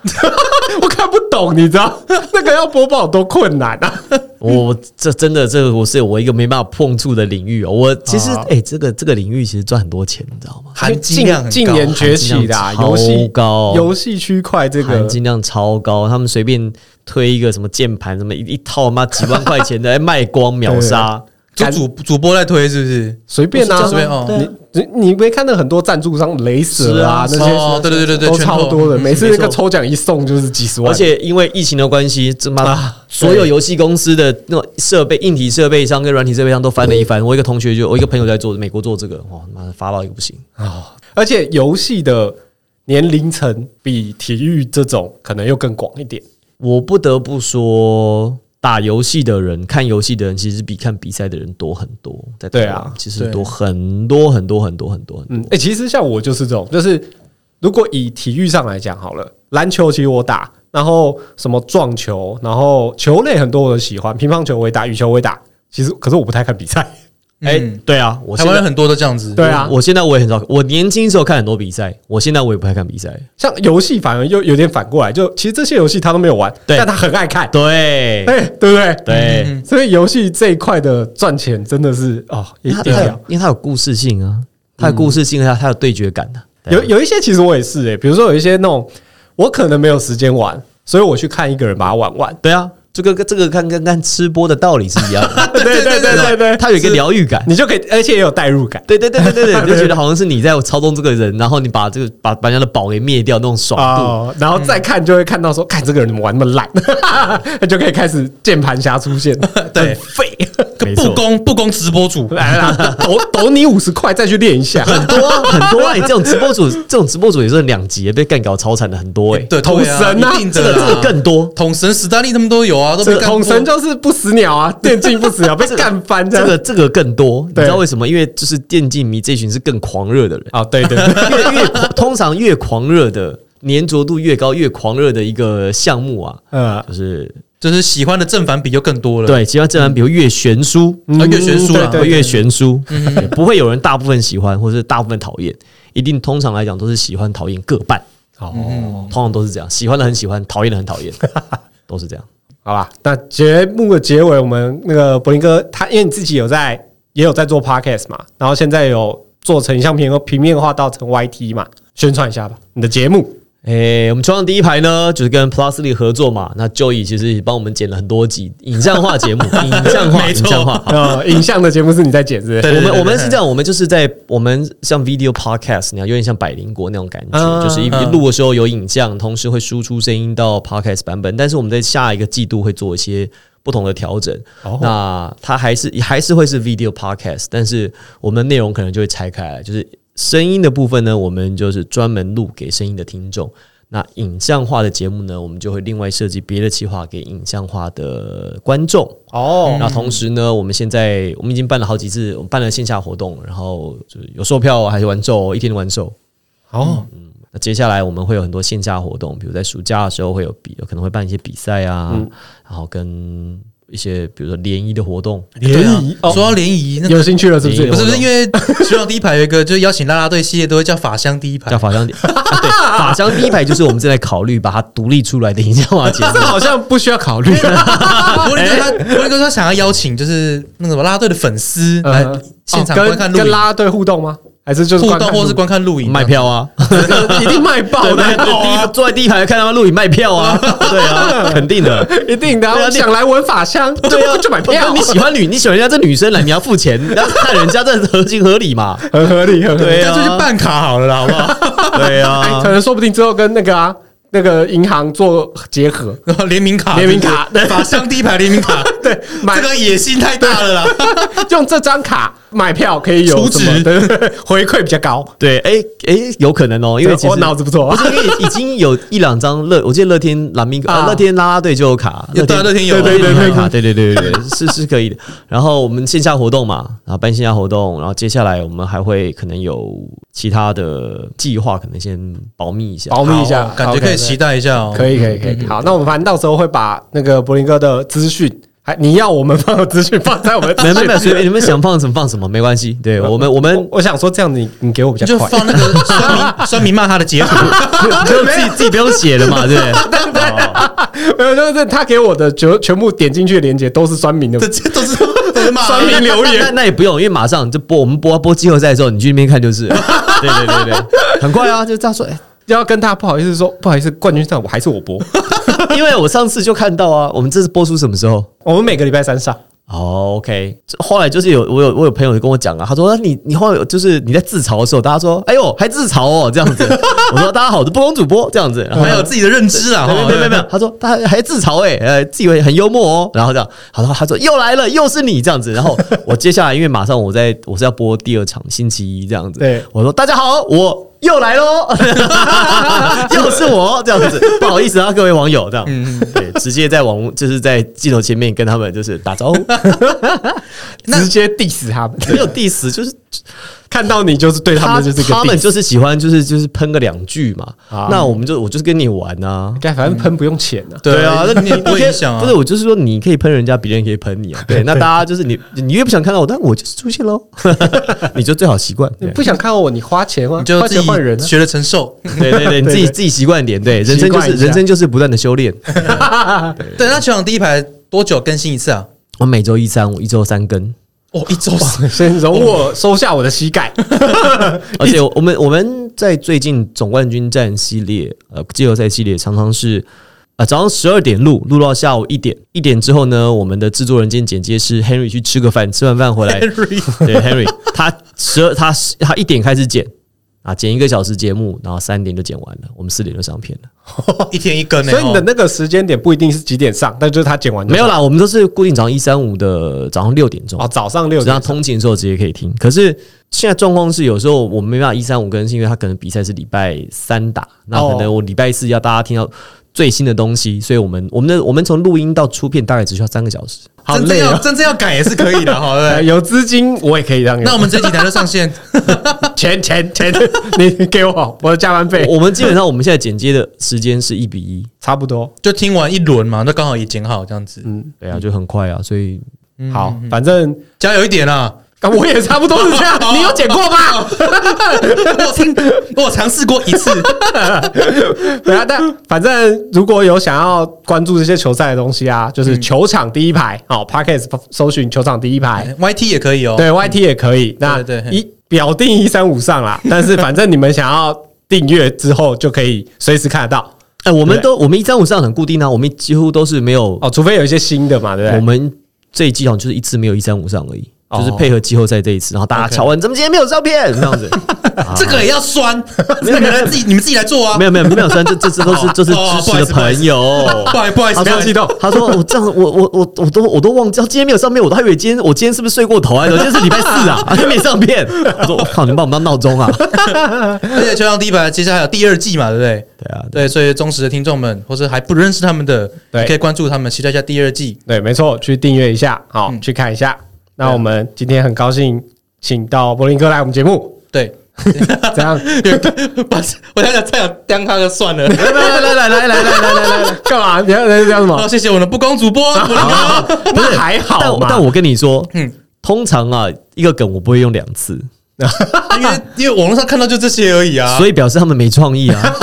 S3: 我看不懂，你知道那个要播报多困难啊！
S1: 我这真的这个我是我一个没办法碰触的领域哦。我其实
S3: 啊
S1: 哎、这个这个领域其实赚很多钱，你知道吗？
S2: 含金量很 高
S3: 近近年崛起的啊
S1: 含金量
S3: 游戏
S1: 超高
S3: 游戏区块这个
S1: 含金量超高，他们随便推一个什么键盘什么一一套妈几万块钱的 哎卖光秒杀，
S2: 就主主播在推是不是？
S3: 随便啊，
S2: 不是这样啊对啊
S3: 你你你没看到很多赞助商雷蛇啊
S1: 是
S3: 那
S1: 啊
S3: 些
S2: 哦，对对对对嗯
S3: 都
S2: 对，
S3: 超多的，
S2: 的。
S3: 每次那
S1: 没
S3: 个
S1: 错
S3: 抽奖一送就是几十万，
S1: 而且因为疫情的关系，这妈
S3: 啊
S1: 所有游戏公司的那种设备、硬体设备上跟软体设备上都翻了一番。我一个同学就我一个朋友在做美国做这个，哇妈的发到一个不行。
S3: 而且游戏的年龄层比体育这种可能又更广一点。
S1: 我不得不说，打游戏的人、看游戏的人，其实比看比赛的人多很多。在台湾
S3: 对啊
S1: 其实多很多很多很多很多很多。
S3: 嗯，哎、其实像我就是这种，就是如果以体育上来讲好了，篮球其实我打，然后什么撞球，然后球类很多我都喜欢，乒乓球我也打，羽球我也打。其实，可是我不太看比赛。
S1: 哎、
S2: 嗯
S1: 对啊，我
S2: 台
S1: 现
S2: 湾
S1: 在
S2: 人很多都这样子，
S3: 对啊，
S1: 我现在我也很少，我年轻时候看很多比赛，我现在我也不太看比赛。
S3: 像游戏反而又有点反过来，就其实这些游戏他都没有玩，
S1: 对
S3: 但他很爱看，
S1: 对
S3: 哎、对不对？
S1: 对，
S2: 嗯
S3: 所以游戏这一块的赚钱真的是哦，一
S1: 因为
S3: 定
S1: 它
S3: 要
S1: 有。因为它有故事性
S3: 嗯
S1: 啊，它有故事性，它它有对决感的、对啊
S3: 有有一些其实我也是诶、欸比如说有一些那种我可能没有时间玩，所以我去看一个人把它玩完。
S1: 对啊，这个跟这个看跟看吃播的道理是一样的，
S3: 对对对 对对，
S1: 它有一个疗愈感。
S3: 你就可以，而且也有代入感
S1: 对对对对对对，你就觉得好像是你在操纵这个人，然后你把这个把把人家的宝给灭掉那种爽度。嗯
S3: 哦，然后再看就会看到说，看这个人怎么玩那么烂， 他就可以开始键盘侠出 现，
S2: 对
S3: 很废，
S1: 没错
S2: 不公不公直播主，
S3: 来啦，抖抖你五十块再去练一 下，
S1: 很多啊很多啊！你这种直播主，这种直播主也是很两极，被干搞超惨的很多哎、
S2: 对，
S3: 统
S2: 对
S3: 神啊
S2: 一定
S1: 这
S2: 的
S1: 个这个
S2: 啦，
S1: 更多，
S2: 统神、史丹利他们都有啊，都被
S3: 这
S2: 干过
S3: 统神就是不死鸟啊，电竞不死鸟被
S1: 这个
S3: 干翻这
S1: 这
S3: 样。
S1: 个这个更多。你
S3: 对
S1: 知道为什么？因为就是电竞迷这群是更狂热的人，
S3: 哦，对对，
S1: 越越狂通常越狂热的粘着度越高，越狂热的一个项目啊，
S3: 呃，
S1: 就是
S2: 就是喜欢的正反比就更多了，
S1: 对，其他正然比如越悬殊，
S2: 啊，越悬殊
S3: 对
S2: 了，
S3: 嗯对嗯
S1: 会呃越悬殊，对 不会有人大部分喜欢，或是大部分讨厌，一定通常来讲都是喜欢讨厌各半，
S3: 哦，
S1: 通常都是这样，喜欢的很喜欢，讨厌的很讨 厌，都是这样。
S3: 好吧，那节目的结尾，我们那个柏林哥他，因为你自己有在也有在做 podcast 嘛，然后现在有做成一项平平面化到成 YT 嘛，宣传一下吧，你的节目
S1: 诶、我们窗上第一排呢，就是跟 Plus 力合作嘛。那 Joey 其实也帮我们剪了很多集影像化 节目，影像化，
S2: 没
S1: 影
S2: 错
S1: 像化。好
S3: 呃，影像的节目是你在剪是不是？
S2: 对
S1: 我们我们是这样，我们就是在我们像 video podcast 那样，有点像百灵国那种感
S3: 啊
S1: 觉，就是一
S2: 嗯
S1: 录的时候有影像，同时会输出声音到 podcast 版本。但是我们在下一个季度会做一些不同的调整。
S2: 哦
S1: 那它还是还是会是 video podcast，但是我们的内容可能就会拆开来，就是声音的部分呢，我们就是专门录给声音的听众。那影像化的节目呢，我们就会另外设计别的企划给影像化的观众。
S3: 哦，
S1: 那同时呢，我们现在我们已经办了好几次，我们办了线下活动，然后就是有售票还是完售，一天完售。
S3: 哦，
S1: 那接下来我们会有很多线下活动，比如在暑假的时候会有比，有可能会办一些比赛啊，然后跟一些比如说联谊的活动。
S2: 对啊
S3: 联谊
S2: 说
S3: 哦，
S2: 到联谊，那个
S3: 有兴趣了是不
S1: 联
S3: 是
S1: 谊
S2: 不？是不是，因为 学长第一排有一个，就是邀请啦啦队系列都会叫法香第一排
S1: 叫，法香第、啊对，法香第一排就是我们正在考虑把它独立出来的影像化节目
S3: 这。 好像不需要考虑，
S2: 柏林哥
S3: 哎
S2: 他柏林哥他想要邀请就是那个什么啦啦队的粉丝来
S3: 嗯
S2: 现场
S3: 哦
S2: 观
S3: 跟
S2: 看录
S3: 跟
S2: 影，
S3: 拉拉队互动吗？还是就是
S2: 互
S3: 观
S2: 动
S3: 看
S2: 或是
S3: 录
S2: 观看录影啊
S1: 卖票啊，
S3: 一定卖爆
S1: 对
S3: 的
S1: 对，第一坐在第一排看他们录影卖票啊，对啊，肯定的。
S3: 一定的啊。
S1: 对啊
S3: 我
S1: 你
S3: 想来闻法香，对啊，就买票，
S1: 你喜欢女，你喜欢人家这女生来，你要付钱，你要看人家这合情合理嘛？
S3: 很合理，很合理。
S1: 对
S2: 干脆去
S1: 啊，
S2: 办卡好了啦，好不好？
S1: 对
S3: 可
S1: 啊，
S3: 能说不定之后跟那个啊那个银行做结合，
S2: 然后 联名卡，
S3: 联名卡
S2: 对不对法商第一排联名卡，
S3: 对，买
S2: 这个野心太大了啦。
S3: 用这张卡买票可以有
S2: 储值
S3: 什么对对 对回馈比较高。
S1: 对，哎哎，有可能哦，因为其
S3: 我
S1: 实
S3: 脑子不错
S1: 不，是因为已经有一两张乐，我记得乐天蓝米，呃
S3: 啊
S1: 乐天啦啦队就有卡，
S2: 有对啊乐天有对
S1: 对对
S2: 对
S1: 对卡，对对对对对，是是可以的。然后我们线下活动嘛，然后办线下活动，然后接下来我们还会可能有其他的计划，可能先 保密一 下。
S3: 保密一下
S2: 好，感觉可以
S3: OK，
S2: 期待一下哦。
S3: 可以可以可以。好，那我们反正到时候会把那个柏林哥的资讯，还你要我们放的资讯放在我们的
S1: 没
S3: 资
S1: 没
S3: 讯
S1: 没，随便你们想放什么放什么，没关系。对我们我
S3: 我
S1: 们
S3: 我想说这样子，你你给我比
S2: 你就
S3: 较快，
S2: 放那个酸民 酸民骂他 的截图，
S1: 就自己自己不用写了嘛，对不对？
S3: 没有，就是他给我的全全部点进去的链接都是酸民的
S2: 这，这都是都是骂
S3: 酸民留言
S1: 啊那那那也不用，因为马上就播，我们播播季后赛的时候，你去那边看就是 了。对对对对，很快啊，就这样说。哎
S3: 要跟大家不好意思说，不好意思，冠军赛我还是我播，
S1: 因为我上次就看到啊，我们这次播出什么时候？
S3: 我们每个礼拜三上，
S1: 哦、o k 后来就是有我有我有朋友跟我讲啊，他说你你后来有就是你在自嘲的时候，大家说哎呦还自嘲哦这样子， 我说大家好，我是不公主播这样子，然 后
S2: 还有自己的认知啊，
S1: 没有
S2: 哈
S1: 没有没有没有，他说他还自嘲哎、呃，自以为很幽默哦，然后这样，然后他说又来了，又是你这样子，然后我接下来因为马上我在我是要播第二场星期一这样子，
S3: 对
S1: 我说大家好，我又 来喽，又是我哦这样子，不好意思啊各位网友这样，
S3: 嗯
S1: 对，直接在网就是在镜头前面跟他们就是打招呼，
S3: 直接 diss 他们，
S1: 没有 diss 就是
S3: 看到你就是 对他们就是一个
S1: 他们
S3: diss，
S1: 就是喜欢就是就是喷个两句嘛
S3: 啊，
S1: 那我们就我就是跟你玩啊，
S3: 干反正喷不用钱啊，
S1: 对啊，那你
S2: 不
S1: 不
S2: 会影响啊
S1: 不是我就是说，你可以喷人家，别人也可以喷你啊。对，那大家就是你，你越不想看到我，但我就是出现喽，你就最好习惯。
S3: 你
S1: 对
S3: 不想看到我，你花钱啊
S2: 你，就
S3: 花
S2: 自
S3: 钱换人
S2: 己
S3: 啊。
S2: 学了承受。
S1: 对对对，你自己
S3: 对对
S1: 自己习惯一点。对，人生就
S3: 习惯
S1: 是
S3: 一下
S1: 人生就是不断的修炼。
S2: 对，那球场第一排多久更新一次啊？
S1: 我每周一三五，一周三更，
S2: 哦，一周四
S3: 先容我收下我的膝盖，
S1: 而且我们我们在最近总冠军战系列呃季后赛系列常常是。啊，早上十二点录，录到下午一点，一点之后呢，我们的制作人兼剪接师 Henry 去吃个饭，吃完饭回来
S2: Henry
S1: 对 Henry，他 十二他他一点开始剪啊，剪一个小时节目，然后三点就剪完了，我们四点就上片了。
S2: 一天一更呢，
S3: 所以你的
S2: 哦
S3: 那个时间点不一定是几点上，但就是他剪完就
S1: 没有
S3: 上
S1: 啦，我们都是固定早上一三五的早上六点钟
S3: 哦，，早上六
S1: 然后
S3: 点
S1: 通勤的时候直接可以听。可是现在状况是，有时候我们没办法一三五更新，因为他可能比赛是礼拜三打，那可
S3: 哦
S1: 能我礼拜四要大家听到。最新的东西，所以我们我们的我们从录音到出片大概只需要三个小时。
S3: 好
S2: 真正
S3: 累
S2: 要
S3: 哦。
S2: 真正要改也是可以的，好 对
S3: 呃
S2: 不对？
S3: 有资金我也可以让你，
S2: 那我们这几台就上线，
S3: 钱钱钱，你给我我的加班费
S1: 我我们基 本上我们现在剪接的时间是一比一，
S3: 差不多。嗯
S2: 就听完一轮嘛，那刚好也剪好这样子，
S1: 对啊，就很快啊，所以
S3: 好，反正
S2: 加油一点 啊！，
S3: 啊我也差不多是这 样啊 你有剪过吗？
S2: 我听，我尝试过一 次，
S3: 对啊，但反正如果有想要关注这些球赛的东西啊，就是
S1: 嗯
S3: 球场第一排哦 p a r k e s 搜寻球场第一排，
S2: YT 也可以哦。
S3: 对 YT 也可以。那
S2: 对对对
S3: 一表定一三五上 啦，但是反正你们想要订阅之后就可以随时看得到
S1: 哎、我们
S3: 对
S1: 都我们一三五上很固定啊，我们几乎都是没有
S3: 哦，除非有一些新的嘛，对不
S1: 我
S3: 对？
S1: 们这一季好像就是一次没有一三五上而已，
S3: 哦
S1: 就是配合季后赛这一次，然后大家
S2: OK
S1: 敲完，怎么今天没有照片？这样子，
S2: 这个也 要酸，这
S1: 没有
S2: 个
S1: 没有
S2: 人自己你们自己来做啊。
S1: 没有没有没有，虽然这这这都是
S2: 哦
S1: 这是
S2: 哦
S1: 支持的
S2: 不好意
S1: 朋
S2: 思
S1: 友。
S2: 不好意思，不好意思，
S1: 他
S2: 不要
S1: 说
S2: 激动。：“
S1: 他说我这样，我我我我都我都忘记，今天没有上片，我都还以为今天我今天是不是睡过头啊？我今天是礼拜四啊，还没上片。”我说：“我靠，你把我们当闹钟啊
S2: 而且球场第一排接下来还有第二季嘛，对不对？！”
S1: 对啊，
S2: 对，所以忠实的听众们，或是还不认识他们的，
S3: 对
S2: 你可以关注他们，期待一下第二季。
S3: 对，没错，去订阅一下，好、
S1: 嗯
S3: 去看一下。那
S1: 啊
S3: 我们今天很高兴请到柏林哥来我们节目，
S2: 对，
S3: 怎样？
S2: 把我想想再想当他就算了。
S1: 来来来来来来来来来，哦
S3: 干嘛？你要你要什
S2: 好，
S3: 么？
S2: 谢谢我的不公 主播，我的哥
S3: 哦那还
S1: 但
S3: 好嘛。
S1: 但我跟你说
S2: 嗯，
S1: 通常啊，一个梗我不会用两次，
S2: 因为因为网络上看到就这些而已啊。
S1: 所以表示他们没创意啊。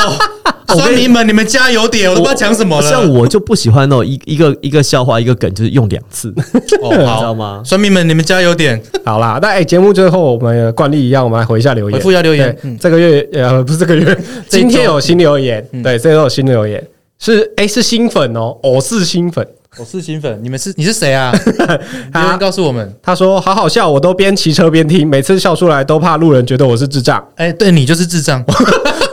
S2: 酸民们，你们加油点，我都不知道讲什么了。
S1: 像我就不喜欢那种一一个一个笑话一个梗，就是用两 次，
S2: 哦，
S1: 知道
S2: 好，
S1: 吗
S2: 酸民们，你们加油点。
S3: 好啦，那哎，节目最后我们惯例一样，我们来回一下留言，
S2: 回复一下留言嗯
S3: 对这个月呃不是这个月，
S2: 这一
S3: 今
S2: 周嗯
S3: 天有新留言，对，这周有新留言，是哎是新粉哦，我是新粉。
S2: 我是新粉，你们 是你是谁啊？留言告诉我们。
S3: 他说：“好好笑，我都边骑车边听，每次笑出来都怕路人觉得我是智 障。
S2: 哎，对你就是智 障。
S3: 不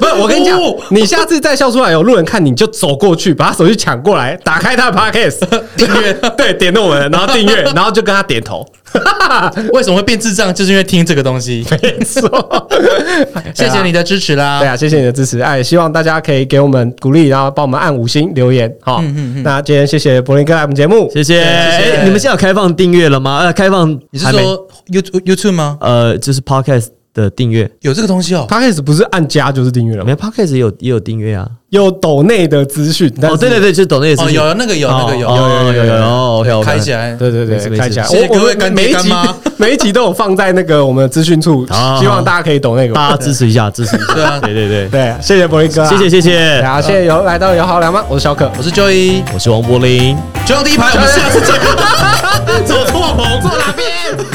S3: 是，我跟你讲
S2: 哦，
S3: 你下次再笑出来，有路人看你就走过去，把他手机抢过来，打开他的 podcast，
S2: 订阅
S3: 对，点动我们，然后订阅，然后就跟他点 头。
S2: 为什么会变智障？就是因为听这个东 西。
S3: 没错，
S1: 啊
S2: 谢谢你的支持啦。
S3: 对啊，谢谢你的支持，哎，希望大家可以给我们鼓励，然后帮我们按五星留言，好。那今天谢谢柏林哥来我们节目，
S1: 嗯谢谢。哎你们现在有开放订阅了吗？呃，开放
S2: 你是
S1: 还没
S2: 说 YouTube YouTube 吗？
S1: 呃，就是 podcast 的订阅，
S2: 有这个东西哦。
S3: podcast 不是按加就是订阅了
S1: 没
S3: 吗？
S1: 有 podcast 也有也有订阅啊。
S3: 有抖内的资讯，但
S1: 哦，
S3: 是
S1: 对对对，就是抖那也是哦
S2: 哦，有那个有那个有，
S1: 有有有有，OK OK，
S2: 开起来。
S3: 对对
S1: 没事
S3: 对，
S1: 没事
S3: 开起来。
S2: 谢谢
S3: 我我
S2: 各位
S3: 们
S2: 干
S3: 每
S2: 爹
S3: 一
S2: 干
S3: 集
S2: 妈
S3: 每一集都有放在那个我们的资讯处
S1: 好好，
S3: 希望大家可以懂那
S1: 大
S3: 个。
S1: 家支持一下，支持一
S2: 对
S1: 下，
S2: 啊
S1: 对对对，
S3: 对，谢谢柏林哥啊，
S1: 谢谢谢谢，
S3: 好，谢谢有来到有好聊吗？我是小可，
S2: 我是 Joy，
S1: 我是王柏林。
S2: 就用第一排，我们下次见。
S3: 走错棚，坐哪边？